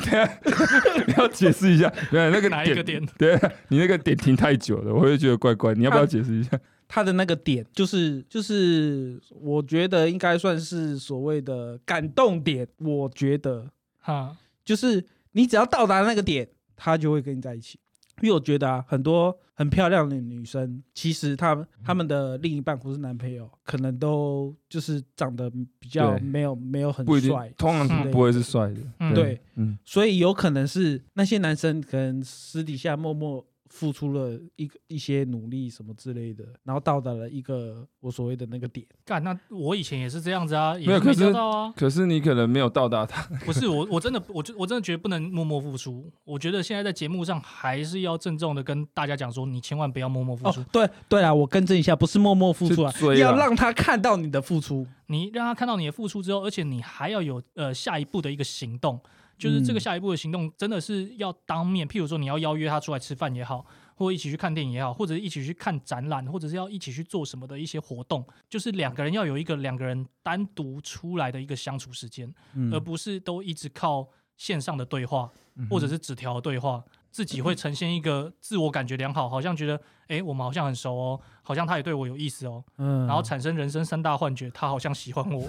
[SPEAKER 3] 你要解释一下，对那个
[SPEAKER 1] 哪一个点？啊
[SPEAKER 3] 对你那个点停太久了，我会觉得怪怪。你要不要解释一下？
[SPEAKER 2] 她的那个点就是就是我觉得应该算是所谓的感动点。我觉得
[SPEAKER 1] 哈，
[SPEAKER 2] 就是你只要到达那个点，她就会跟你在一起。因为我觉得啊，很多很漂亮的女生，其实她们她们的另一半或是男朋友，可能都就是长得比较
[SPEAKER 3] 对
[SPEAKER 2] 没有没有很
[SPEAKER 3] 不一定
[SPEAKER 2] 帅，，
[SPEAKER 3] 通常
[SPEAKER 1] 嗯
[SPEAKER 3] 不会是帅的。
[SPEAKER 1] 嗯
[SPEAKER 2] 对，
[SPEAKER 3] 嗯，
[SPEAKER 2] 所以有可能是那些男生可能私底下默默付出了一个一些努力什么之类的，然后到达了一个我所谓的那个点。
[SPEAKER 1] 干，那我以前也是这样子啊，也
[SPEAKER 3] 没有
[SPEAKER 1] 没
[SPEAKER 3] 可是
[SPEAKER 1] 交到啊。
[SPEAKER 3] 可是你可能没有到达他。
[SPEAKER 1] 不是我，我真的，我就我真的觉得不能默默付出。我觉得现在在节目上还是要郑重的跟大家讲说，你千万不要默默付出，
[SPEAKER 2] 哦，对对啊，我更正一下，不是默默付出啊
[SPEAKER 3] 是追，啊
[SPEAKER 2] 要让他看到你的付出。
[SPEAKER 1] 你让他看到你的付出之后，而且你还要有呃下一步的一个行动，就是这个
[SPEAKER 2] 嗯
[SPEAKER 1] 下一步的行动真的是要当面，譬如说你要邀约他出来吃饭也好，或一起去看电影也好，或者一起去看展览，或者是要一起去做什么的一些活动，就是两个人要有一个两个人单独出来的一个相处时间，
[SPEAKER 2] 嗯
[SPEAKER 1] 而不是都一直靠线上的对话或者是纸条的对话。自己会呈现一个自我感觉良好，好像觉得，诶，我们好像很熟哦，好像他也对我有意思哦，
[SPEAKER 2] 嗯
[SPEAKER 1] 然后产生人生三大幻觉，他好像喜欢我，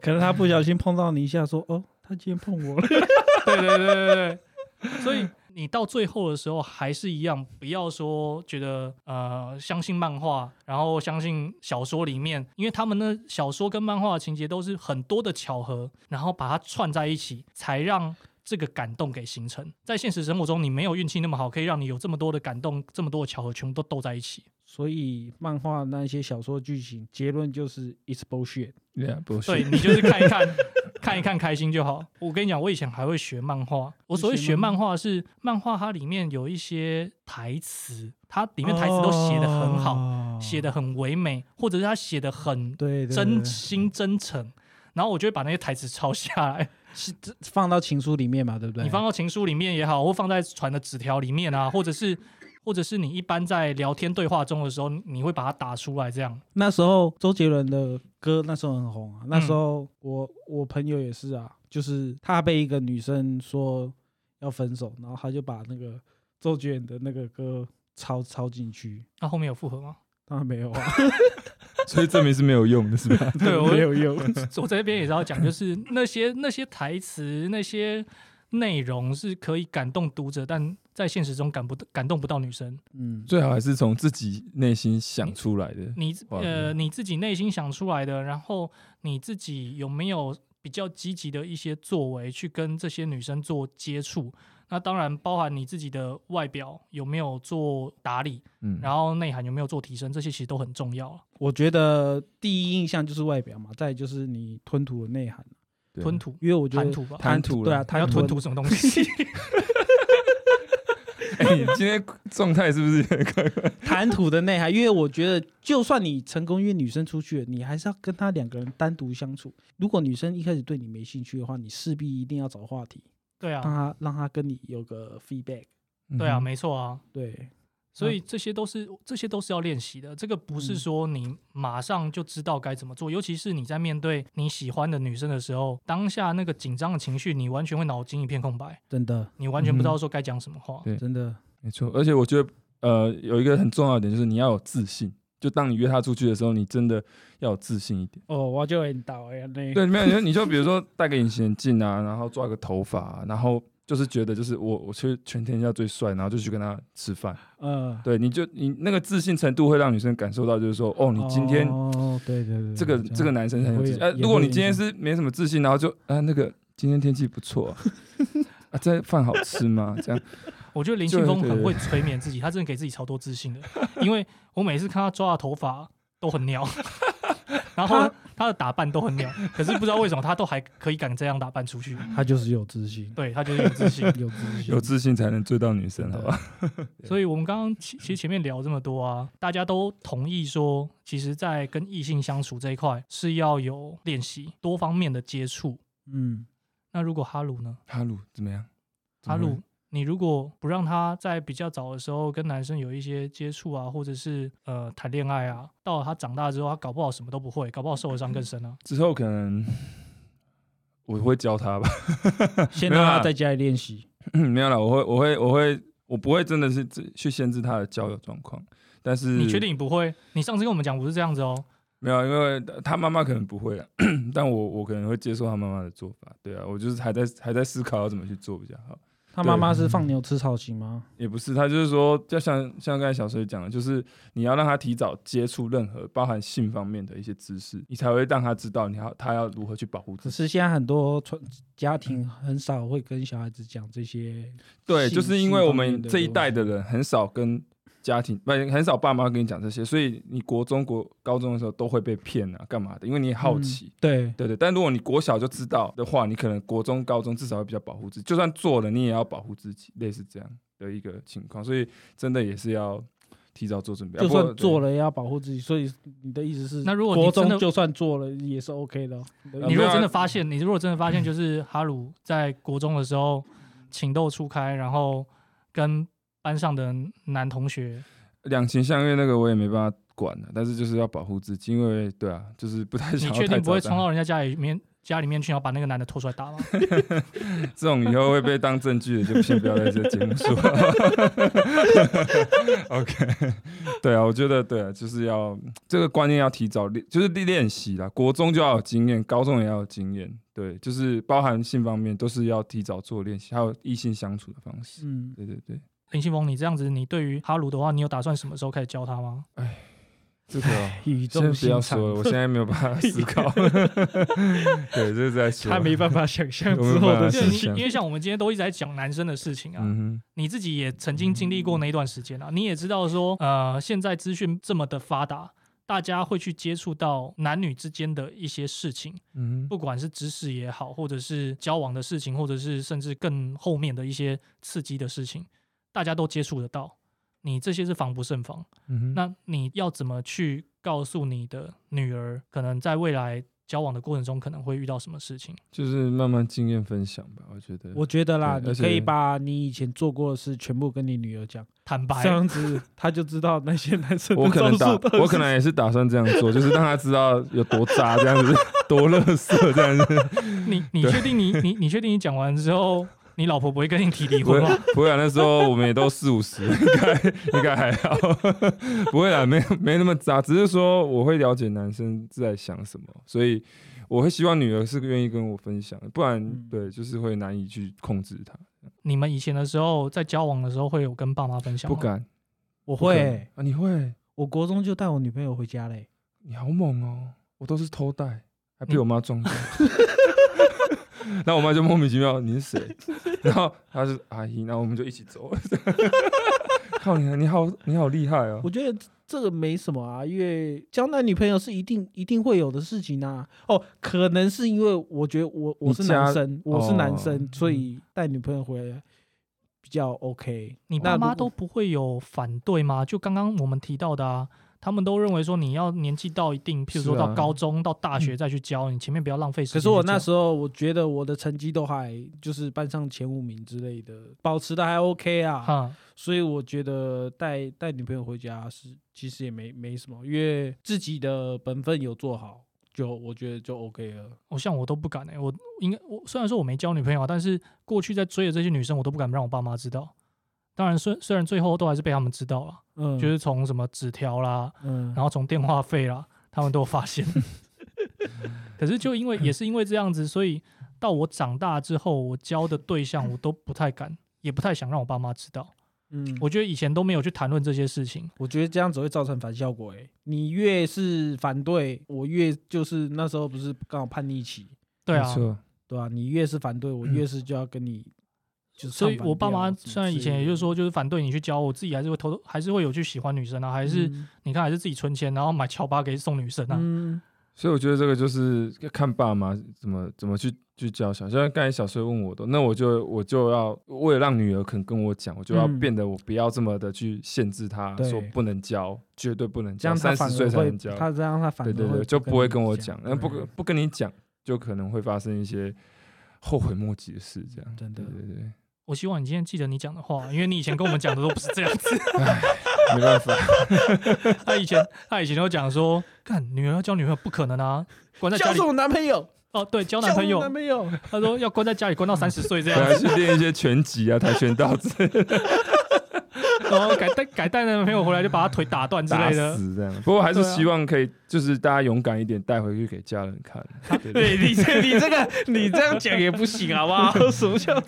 [SPEAKER 2] 可能他不小心碰到你一下，说哦，他今天碰 我了。
[SPEAKER 1] 对对对对对，所以你到最后的时候还是一样，不要说觉得呃相信漫画，然后相信小说里面，因为他们呢小说跟漫画的情节都是很多的巧合，然后把它串在一起，才让。这个感动给形成，在现实生活中，你没有运气那么好，可以让你有这么多的感动，这么多的巧合，全部都斗在一起。
[SPEAKER 2] 所以漫画那些小说剧情结论就是 it's bullshit。
[SPEAKER 3] Yeah，不
[SPEAKER 1] 对
[SPEAKER 3] 是。
[SPEAKER 1] 你就是看一 看，看一看开心就好。我跟你讲，我以前还会学漫画。我所谓学漫画是漫画，它里面有一些台词，它里面台词都写的很好，
[SPEAKER 2] 好
[SPEAKER 1] 写的很唯美，或者是它写的很
[SPEAKER 2] 哦对对对
[SPEAKER 1] 真心真诚。然后我就会把那些台词抄下来，
[SPEAKER 2] 是这 放到情书里面嘛，对不对？
[SPEAKER 1] 你放到情书里面也好，或放在传的纸条里面啊，或者是或者是你一般在聊天对话中的时候，你你会把它打出来这样。
[SPEAKER 2] 那时候周杰伦的歌那时候很红
[SPEAKER 1] 嗯
[SPEAKER 2] 啊，那时候我、我朋友也是啊，就是他被一个女生说要分手，然后他就把那个周杰伦的那个歌抄抄进去，
[SPEAKER 1] 那、后面有复合吗？
[SPEAKER 2] 当然没有啊，
[SPEAKER 3] 所以证明是没有用的，是吧？
[SPEAKER 1] 对 我
[SPEAKER 2] 没有用。
[SPEAKER 1] 我这边也是要讲，就是那些那些台词、那些内容是可以感动读者，但在现实中感不感动不到女生。
[SPEAKER 2] 嗯，
[SPEAKER 3] 最好还是从自己内心想出来的。
[SPEAKER 1] 你
[SPEAKER 3] 哇
[SPEAKER 1] 呃
[SPEAKER 3] 嗯
[SPEAKER 1] 你自己内心想出来的，然后你自己有没有比较积极的一些作为去跟这些女生做接触？那当然包含你自己的外表有没有做打理，
[SPEAKER 3] 嗯，
[SPEAKER 1] 然后内涵有没有做提升，这些其实都很重要啊。
[SPEAKER 2] 我觉得第一印象就是外表嘛，再来就是你吞吐的内涵，啊
[SPEAKER 3] 对
[SPEAKER 1] 吞吐、
[SPEAKER 2] 因为我觉
[SPEAKER 1] 谈
[SPEAKER 2] 得
[SPEAKER 1] 吐吧，
[SPEAKER 3] 谈吐啦
[SPEAKER 2] 对啊，
[SPEAKER 1] 还要
[SPEAKER 2] 谈
[SPEAKER 1] 吞吐什么东西？
[SPEAKER 3] 哎，你今天状态是不是有点怪怪？
[SPEAKER 2] 谈吐的内涵，因为我觉得，就算你成功约女生出去了，你还是要跟她两个人单独相处。如果女生一开始对你没兴趣的话，你势必一定要找话题，
[SPEAKER 1] 对
[SPEAKER 2] 让
[SPEAKER 1] 啊，
[SPEAKER 2] 她让她跟你有个 feedback。
[SPEAKER 1] 对啊，
[SPEAKER 3] 嗯
[SPEAKER 1] 没错啊。
[SPEAKER 2] 对，
[SPEAKER 1] 所以这些都是这些都是要练习的，这个不是
[SPEAKER 2] 嗯
[SPEAKER 1] 说你马上就知道该怎么做，尤其是你在面对你喜欢的女生的时候，当下那个紧张的情绪，你完全会脑筋一片空白，
[SPEAKER 2] 真的
[SPEAKER 1] 你完全不知
[SPEAKER 3] 嗯
[SPEAKER 1] 道说该讲什么话。
[SPEAKER 3] 对
[SPEAKER 2] 真的，
[SPEAKER 3] 没错。而且我觉得，呃，有一个很重要的点就是你要有自信。就当你约他出去的时候，你真的要有自信一点。
[SPEAKER 2] 哦，我就很倒哎，
[SPEAKER 1] 嗯
[SPEAKER 2] 那
[SPEAKER 3] 对，没有，你就你就比如说戴个隐形眼镜啊，然后抓个头发啊、然后就是觉得就是我我是全天下最帅，然后就去跟他吃饭。
[SPEAKER 2] 呃，
[SPEAKER 3] 对，你就你那个自信程度会让女生感受到，就是说，哦，你今天
[SPEAKER 2] 哦，对对对，
[SPEAKER 3] 这个
[SPEAKER 2] 样
[SPEAKER 3] 这个男生很有自信。
[SPEAKER 2] 也会
[SPEAKER 3] 呃，
[SPEAKER 2] 也会
[SPEAKER 3] 如果你今
[SPEAKER 2] 影
[SPEAKER 3] 天
[SPEAKER 2] 响
[SPEAKER 3] 是没什么自信，然后就啊那个今天天气不错啊，啊这饭好吃吗？这样
[SPEAKER 1] 我觉得林信峰很会催眠自己，他真的给自己超多自信的，因为我每次看他抓的头发都很鸟， 然后他的打扮都很鸟，可是不知道为什么他都还可以敢这样打扮出去，
[SPEAKER 2] 他就是有自 信，
[SPEAKER 1] 对他就是有自信。
[SPEAKER 2] 有自信，
[SPEAKER 3] 有自信才能追到女生，好吧？
[SPEAKER 1] 所以我们刚刚其其实前面聊这么多啊，大家都同意说，其实，在跟异性相处这一块是要有练习多方面的接触。
[SPEAKER 2] 嗯，
[SPEAKER 1] 那如果哈鲁呢？
[SPEAKER 3] 哈鲁怎么样？
[SPEAKER 1] 哈
[SPEAKER 3] 怎么
[SPEAKER 1] 鲁
[SPEAKER 3] 会，
[SPEAKER 1] 你如果不让他在比较早的时候跟男生有一些接触啊，或者是呃谈恋爱啊，到了他长大之后，他搞不好什么都不会，搞不好受的伤更深啊。
[SPEAKER 3] 之后可能我会教他吧，
[SPEAKER 2] 先
[SPEAKER 3] 没有
[SPEAKER 2] 让
[SPEAKER 3] 啦
[SPEAKER 2] 他在家里练习，
[SPEAKER 3] 没有啦，我会我会我会我不会真的是去限制他的交友状况，但是
[SPEAKER 1] 你确定你不会？你上次跟我们讲不是这样子哦。
[SPEAKER 3] 没有，因为他妈妈可能不会了， 但我我可能会接受他妈妈的做法。对啊，我就是还在还在思考要怎么去做比较好。
[SPEAKER 2] 他
[SPEAKER 3] 对
[SPEAKER 2] 妈妈是放牛吃草型吗？
[SPEAKER 3] 也不是，他就是说，就像像刚才小崔讲的，就是你要让他提早接触任何包含性方面的一些知识，你才会让他知道你要他要如何去保护
[SPEAKER 2] 只
[SPEAKER 3] 自己。
[SPEAKER 2] 是现在很多传家庭很少会跟小孩子讲这些，
[SPEAKER 3] 对，
[SPEAKER 2] 性
[SPEAKER 3] 就是因为我们
[SPEAKER 2] 性方面的
[SPEAKER 3] 这一代的人很少跟家庭，不很少爸妈跟你讲这些，所以你国中国高中的时候都会被骗啊，干嘛的？因为你好奇。
[SPEAKER 2] 嗯
[SPEAKER 3] 啊
[SPEAKER 2] 对，
[SPEAKER 3] 对对，但如果你国小就知道的话，你可能国中、高中至少会比较保护自己，就算做了，你也要保护自己，类似这样的一个情况，所以真的也是要提早做准备。
[SPEAKER 2] 就
[SPEAKER 3] 啊不
[SPEAKER 2] 算
[SPEAKER 3] 过
[SPEAKER 2] 做了也要保护自己。所以你的意思是，
[SPEAKER 1] 那如果你
[SPEAKER 2] 国
[SPEAKER 1] 真
[SPEAKER 2] 中
[SPEAKER 1] 的
[SPEAKER 2] 就算做了也是 OK 的哦，
[SPEAKER 1] 你如
[SPEAKER 3] 呃没有
[SPEAKER 1] 果
[SPEAKER 3] 啊
[SPEAKER 1] 真的发现，你如果真的发现，就是哈鲁在国中的时候情窦初开，然后跟班上的男同学，
[SPEAKER 3] 两情相悦那个我也没办法管了，但是就是要保护自己，因为对啊，就是不太
[SPEAKER 1] 你
[SPEAKER 3] 想要
[SPEAKER 1] 确
[SPEAKER 3] 太
[SPEAKER 1] 定不
[SPEAKER 3] 早
[SPEAKER 1] 会冲
[SPEAKER 3] 当
[SPEAKER 1] 到人家家里面家里面去，然后把那个男的拖出来 打吗？
[SPEAKER 3] 这种以后会被当证据的，就先不要在这节 目说。OK，对啊，我觉得对啊，就是要这个观念要提早练，就是练习啦。国中就要有经验，高中也要有经验，对，就是包含性方面都是要提早做练习，还有异性相处的方式。
[SPEAKER 2] 嗯，
[SPEAKER 3] 对对对，
[SPEAKER 1] 林信峰，你这样子，你对于哈鲁的话，你有打算什么时候开始教他吗？
[SPEAKER 3] 这个哦、
[SPEAKER 2] 语
[SPEAKER 3] 先
[SPEAKER 2] 重
[SPEAKER 3] 不
[SPEAKER 2] 心
[SPEAKER 3] 要
[SPEAKER 2] 长
[SPEAKER 3] 说，了，我现在没有办法思考。对，这是在 说。
[SPEAKER 2] 他没办法想象
[SPEAKER 3] 我没
[SPEAKER 2] 之后
[SPEAKER 3] 办法
[SPEAKER 2] 的
[SPEAKER 3] 是
[SPEAKER 1] 对，
[SPEAKER 2] 事
[SPEAKER 1] 你
[SPEAKER 2] 情。
[SPEAKER 3] 想
[SPEAKER 1] 因为像我们今天都一直在讲男生的事情啊，
[SPEAKER 3] 嗯
[SPEAKER 1] 你自己也曾经经历过那一段时间啊，你也知道说，呃，现在资讯这么的发达，大家会去接触到男女之间的一些事情，
[SPEAKER 3] 哼，嗯哼，
[SPEAKER 1] 不管是知识也好，或者是交往的事情，或者是甚至更后面的一些刺激的事情，大家都接触得到。你这些是防不胜防。
[SPEAKER 3] 嗯哼
[SPEAKER 1] 那你要怎么去告诉你的女儿，可能在未来交往的过程中可能会遇到什么事情？
[SPEAKER 3] 就是慢慢经验分享吧，我觉得。
[SPEAKER 2] 我觉得啦，
[SPEAKER 3] 对
[SPEAKER 2] 你
[SPEAKER 3] 而且
[SPEAKER 2] 可以把你以前做过的事全部跟你女儿讲，
[SPEAKER 1] 坦白
[SPEAKER 2] 这，样子他就知道那些男 生的
[SPEAKER 3] 我可能
[SPEAKER 2] 招
[SPEAKER 3] 打
[SPEAKER 2] 数到，底
[SPEAKER 3] 我可
[SPEAKER 2] 是
[SPEAKER 3] 能也是打算这样做，就是让他知道有多渣，这样子，多乐色这样子。
[SPEAKER 1] 你你
[SPEAKER 3] 对
[SPEAKER 1] 确定你你你确定你讲完之后，你老婆不会跟你提离
[SPEAKER 3] 不
[SPEAKER 1] 婚
[SPEAKER 3] 会
[SPEAKER 1] 吗？
[SPEAKER 3] 不会啊，那时候我们也都四五十，应该应该还好， 不会啦，没没那么渣，只是说我会了解男生在想什么，所以我会希望女儿是愿意跟我分享，不然、
[SPEAKER 2] 嗯
[SPEAKER 3] 对就是会难以去控制她，
[SPEAKER 1] 你们以前的时候在交往的时候会有跟爸妈分享
[SPEAKER 3] 不
[SPEAKER 1] 吗？
[SPEAKER 3] 敢。
[SPEAKER 2] 我
[SPEAKER 3] 不可
[SPEAKER 2] 会
[SPEAKER 3] 能
[SPEAKER 2] 欸，
[SPEAKER 3] 啊，你会，
[SPEAKER 2] 我国中就带我女朋友回家嘞，
[SPEAKER 3] 你好猛哦！我都是偷带，还被
[SPEAKER 1] 你
[SPEAKER 3] 我妈撞到。那我妈就莫名其妙，你是谁？然后她是阿姨，然后我们就一起走。 靠你，你好，你好厉害哦！
[SPEAKER 2] 我觉得这个没什么啊，因为交男女朋友是一定一定会有的事情啊。哦，可能是因为我觉得我我
[SPEAKER 3] 你
[SPEAKER 2] 是男
[SPEAKER 3] 家
[SPEAKER 2] 生，我是男
[SPEAKER 3] 哦
[SPEAKER 2] 生，所以带女朋友回来比较 OK。
[SPEAKER 1] 你
[SPEAKER 2] 那
[SPEAKER 1] 爸
[SPEAKER 2] 如
[SPEAKER 1] 妈
[SPEAKER 2] 果
[SPEAKER 1] 都不会有反对吗？就刚刚我们提到的啊，他们都认为说你要年纪到一定，譬如说
[SPEAKER 3] 是啊
[SPEAKER 1] 到高中、到大学再去教，你前面不要浪费时
[SPEAKER 2] 嗯可
[SPEAKER 1] 间去
[SPEAKER 2] 是
[SPEAKER 1] 教。
[SPEAKER 2] 我那时候，我觉得我的成绩都还就是班上前五名之类的，保持的还 OK 啊，
[SPEAKER 1] 哈，
[SPEAKER 2] 所以我觉得带带女朋友回家是其实也没没什么，因为自己的本分有做好，就我觉得就 OK 了。
[SPEAKER 1] 我像我都不敢哎、我应该我虽然说我没交女朋友啊，但是过去在追的这些女生，我都不敢让我爸妈知道。当然，虽虽然最后都还是被他们知道了，
[SPEAKER 2] 嗯，
[SPEAKER 1] 就是从什么纸条啦，
[SPEAKER 2] 嗯
[SPEAKER 1] 然，后从电话费啦，他们都有发现。 可是就因为也是因为这样子，所以到我长大之后，我交的对象我都不太敢，也不太想让我爸妈知道。
[SPEAKER 2] 嗯，
[SPEAKER 1] 我觉得以前都没有去谈论这些事情。
[SPEAKER 2] 我觉得这样子会造成反效果、欸。你越是反对，我越就是那时候不是刚好叛逆期，
[SPEAKER 1] 对
[SPEAKER 3] 没
[SPEAKER 1] 啊，
[SPEAKER 3] 错
[SPEAKER 2] 对吧、你越是反对，我越是就要跟你就是
[SPEAKER 1] 所以
[SPEAKER 2] 唱反
[SPEAKER 1] 我爸
[SPEAKER 2] 调啊
[SPEAKER 1] 妈
[SPEAKER 2] 什么
[SPEAKER 1] 虽然以
[SPEAKER 2] 之
[SPEAKER 1] 前
[SPEAKER 2] 类
[SPEAKER 1] 也就是
[SPEAKER 2] 的，
[SPEAKER 1] 说就是反对你去交，我自己还是会偷偷还是会有去喜欢女生啊，还
[SPEAKER 2] 还
[SPEAKER 1] 是你看还是自己存钱，然后买乔巴给送女生啊。
[SPEAKER 2] 嗯
[SPEAKER 3] 所以我觉得这个就是看爸妈怎么怎么去去教小。像刚才小崔问我的，那我就我就要为了让女儿肯跟我讲，我就要
[SPEAKER 2] 嗯
[SPEAKER 3] 变得我不要这么的去限制她，
[SPEAKER 2] 对
[SPEAKER 3] 说不能教，绝对不能
[SPEAKER 2] 这
[SPEAKER 3] 教，
[SPEAKER 2] 样他
[SPEAKER 3] 三十
[SPEAKER 2] 反
[SPEAKER 3] 岁
[SPEAKER 2] 而
[SPEAKER 3] 才
[SPEAKER 2] 会
[SPEAKER 3] 能，教。
[SPEAKER 2] 他这样他反而
[SPEAKER 3] 对对
[SPEAKER 2] 会
[SPEAKER 3] 对，就不会跟
[SPEAKER 2] 你
[SPEAKER 3] 我讲，那不
[SPEAKER 2] 对
[SPEAKER 3] 跟不跟你讲，就可能会发生一些后悔莫及的事，这样。
[SPEAKER 2] 真的
[SPEAKER 3] 对对对，
[SPEAKER 1] 我希望你今天记得你讲的话，因为你以前跟我们讲的都不是这样子。
[SPEAKER 3] 没办法，
[SPEAKER 1] 他以前他以前都讲说，看女儿要交女朋友不可能啊，关在家
[SPEAKER 2] 交
[SPEAKER 1] 里
[SPEAKER 2] 什么男朋友，
[SPEAKER 1] 哦，对，交
[SPEAKER 2] 交
[SPEAKER 1] 男朋
[SPEAKER 2] 什
[SPEAKER 1] 友
[SPEAKER 2] 么男，朋友，
[SPEAKER 1] 他说要关在家里
[SPEAKER 3] 嗯
[SPEAKER 1] 关到三十岁这
[SPEAKER 3] 本来
[SPEAKER 1] 样子，
[SPEAKER 3] 去练一些拳击啊、跆拳道之类的
[SPEAKER 1] 然后改带改带男朋友回来就把他腿打断之
[SPEAKER 3] 打
[SPEAKER 1] 类的。
[SPEAKER 3] 死这样。不过还是
[SPEAKER 1] 对啊
[SPEAKER 3] 希望可以，就是大家勇敢一点，带回去给家人看。对对，
[SPEAKER 2] 对你这你这 个你这样讲也不行好不 好？什么叫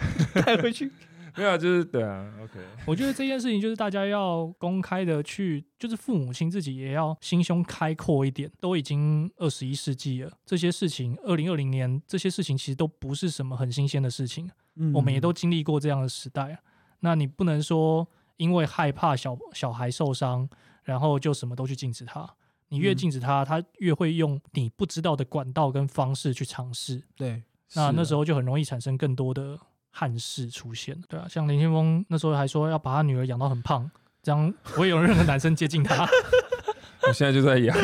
[SPEAKER 2] 带回去？
[SPEAKER 3] 没有啊，就是对啊，OK，
[SPEAKER 1] 我觉得这件事情就是大家要公开的去，就是父母亲自己也要心胸开阔一点。都已经二十一世纪了，这些事情，二零二零年这些事情其实都不是什么很新鲜的事情，
[SPEAKER 2] 嗯
[SPEAKER 1] 我们也都经历过这样的时代啊。那你不能说因为害怕小小孩受伤，然后就什么都去禁止他。你越
[SPEAKER 2] 嗯
[SPEAKER 1] 禁止他，他越会用你不知道的管道跟方式去尝试。
[SPEAKER 2] 对，
[SPEAKER 1] 那那时
[SPEAKER 3] 候
[SPEAKER 1] 候就很容易产生更多的憾事出现。对啊，像林先峰那时候还说要把他女儿养到很胖，这样不会有任何男生接近他，
[SPEAKER 3] 我现在就在养，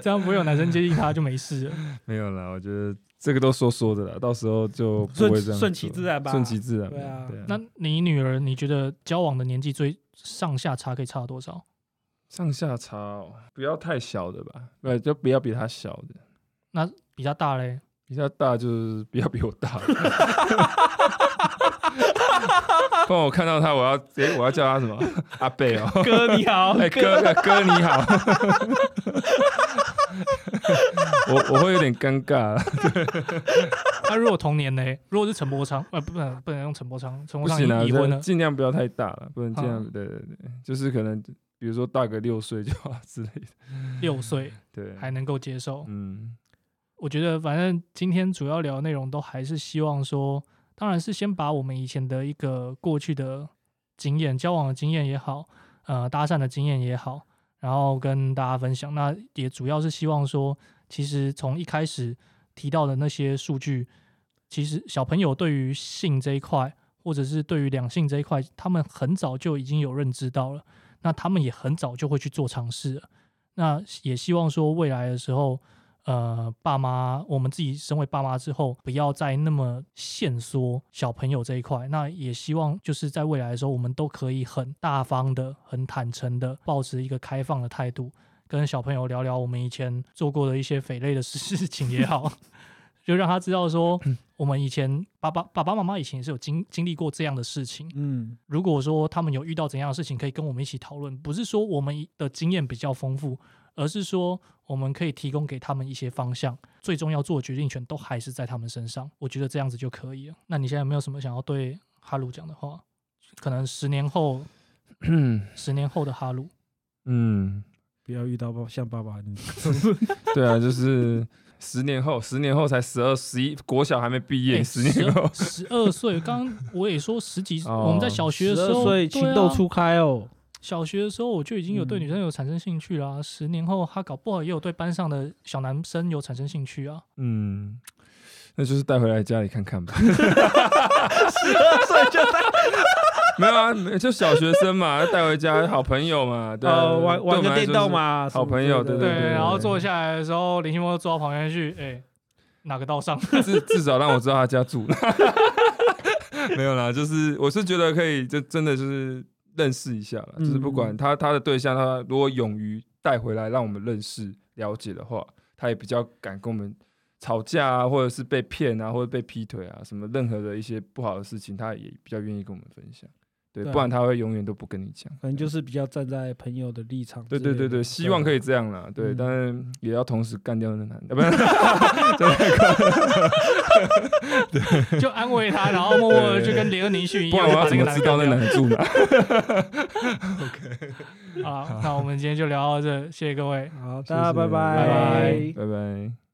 [SPEAKER 1] 这样不会有男生接近他就没事了。
[SPEAKER 3] 没有啦，我觉得。这个都说说的啦，到时候就不会这样做
[SPEAKER 2] 顺顺其自然吧
[SPEAKER 3] 顺其自然。
[SPEAKER 2] 对啊
[SPEAKER 1] 那你女儿，你觉得交往的年纪最上下差可以差多少？
[SPEAKER 3] 上下差哦，不要太小的吧，不就不要比他小的。
[SPEAKER 1] 那比较大嘞，
[SPEAKER 3] 比他大就是不要比我大，不然我看到他，我要直接我要叫他什么阿贝哦，
[SPEAKER 2] 哥你 好，
[SPEAKER 3] 哎、哥哥哥你好，我我会有点尴尬，
[SPEAKER 1] 那、如果同年呢？如果是陈柏昌，呃，不不能不能用陈柏昌，陈
[SPEAKER 3] 不
[SPEAKER 1] 柏昌已
[SPEAKER 3] 行啊，
[SPEAKER 1] 经已婚
[SPEAKER 3] 这
[SPEAKER 1] 了。
[SPEAKER 3] 尽量不要太大了，不能尽量、
[SPEAKER 1] 啊
[SPEAKER 3] 对对对，就是可能比如说大个六岁就好之类的，
[SPEAKER 1] 六岁
[SPEAKER 3] 对，
[SPEAKER 1] 还能够接受。
[SPEAKER 3] 嗯，
[SPEAKER 1] 我觉得反正今天主要聊的内容都还是希望说，当然是先把我们以前的一个过去的经验、交往的经验也好，呃，搭讪的经验也好，然后跟大家分享。那也主要是希望说，其实从一开始提到的那些数据，其实小朋友对于性这一块，或者是对于两性这一块，他们很早就已经有认知到了，那他们也很早就会去做尝试了。那也希望说未来的时候，呃爸妈，我们自己身为爸妈之后，不要再那么限缩小朋友这一块。那也希望就是在未来的时候，我们都可以很大方的、很坦诚的，保持一个开放的态度，跟小朋友聊聊我们以前做过的一些匪类的事 事情也好，就让他知道说，我们以前爸爸爸爸妈妈以前也是有经经历过这样的事情。
[SPEAKER 2] 嗯，
[SPEAKER 1] 如果说他们有遇到怎样的事情，可以跟我们一起讨论，不是说我们的经验比较丰富，而是说我们可以提供给他们一些方向，最终要做的决定权都还是在他们身上。我觉得这样子就可以了。那你现在有没有什么想要对哈鲁讲的话？可能十年后，十年后的哈鲁，
[SPEAKER 3] 嗯，
[SPEAKER 2] 不要遇到爸像爸爸你，
[SPEAKER 3] 对啊，就是十年后，十年后才十二、十一，国小还没毕业，
[SPEAKER 1] 哎，
[SPEAKER 3] 十年后
[SPEAKER 1] 十二岁，刚刚我也说十几，
[SPEAKER 3] 哦
[SPEAKER 1] 我们在小学的时候，
[SPEAKER 2] 所以
[SPEAKER 1] 对
[SPEAKER 2] 情窦
[SPEAKER 1] 啊
[SPEAKER 2] 初开 哦，
[SPEAKER 1] 小学的时候我就已经有对
[SPEAKER 2] 嗯
[SPEAKER 1] 女生有产生兴趣啦、十年后他搞不好也有对班上的小男生有产生兴趣啊。
[SPEAKER 3] 嗯，那就是带回来家里看看吧。
[SPEAKER 2] 所以就
[SPEAKER 3] 没有啊，没就小学生嘛，带回家好朋友嘛， 对啊，
[SPEAKER 2] 呃玩玩个
[SPEAKER 3] 对我们来
[SPEAKER 2] 电
[SPEAKER 3] 说
[SPEAKER 2] 动
[SPEAKER 3] 是。
[SPEAKER 2] 嘛，
[SPEAKER 3] 好朋友
[SPEAKER 2] 什么之类
[SPEAKER 3] 对
[SPEAKER 2] 的
[SPEAKER 1] 对，然后坐下来的时候，林心波坐到旁边去，哎、 哪个道上？
[SPEAKER 3] 至至少让我知道他家住哪。 没有啦，就是我是觉得可以，就真的就是认识一下啦。
[SPEAKER 2] 嗯
[SPEAKER 3] 就是不管他他的对象，他如果勇于带回来让我们认识了解的话，他也比较敢跟我们吵架啊，或者是被骗啊，或者被劈腿啊，什么任何的一些不好的事情，他也比较愿意跟我们分享。对，
[SPEAKER 2] 对啊
[SPEAKER 3] 不然他会永远都不跟你讲。
[SPEAKER 2] 可能就是比较站在朋友的立场之
[SPEAKER 3] 对
[SPEAKER 2] 类的。
[SPEAKER 3] 对对啊对，希望可以这样啦。对，
[SPEAKER 2] 嗯
[SPEAKER 3] 但是也要同时干掉那男的，啊不然真的
[SPEAKER 1] 就安慰他，然后默默的就跟连恩尼逊一
[SPEAKER 3] 不
[SPEAKER 1] 样
[SPEAKER 3] 然我要
[SPEAKER 1] 把这
[SPEAKER 3] 怎
[SPEAKER 1] 个
[SPEAKER 3] 么
[SPEAKER 1] 男
[SPEAKER 3] 知道那男的 住哪？
[SPEAKER 1] 啊。那我们今天就聊到这，谢谢各位。
[SPEAKER 2] 好，大家拜
[SPEAKER 3] 拜
[SPEAKER 1] 拜
[SPEAKER 3] 拜拜。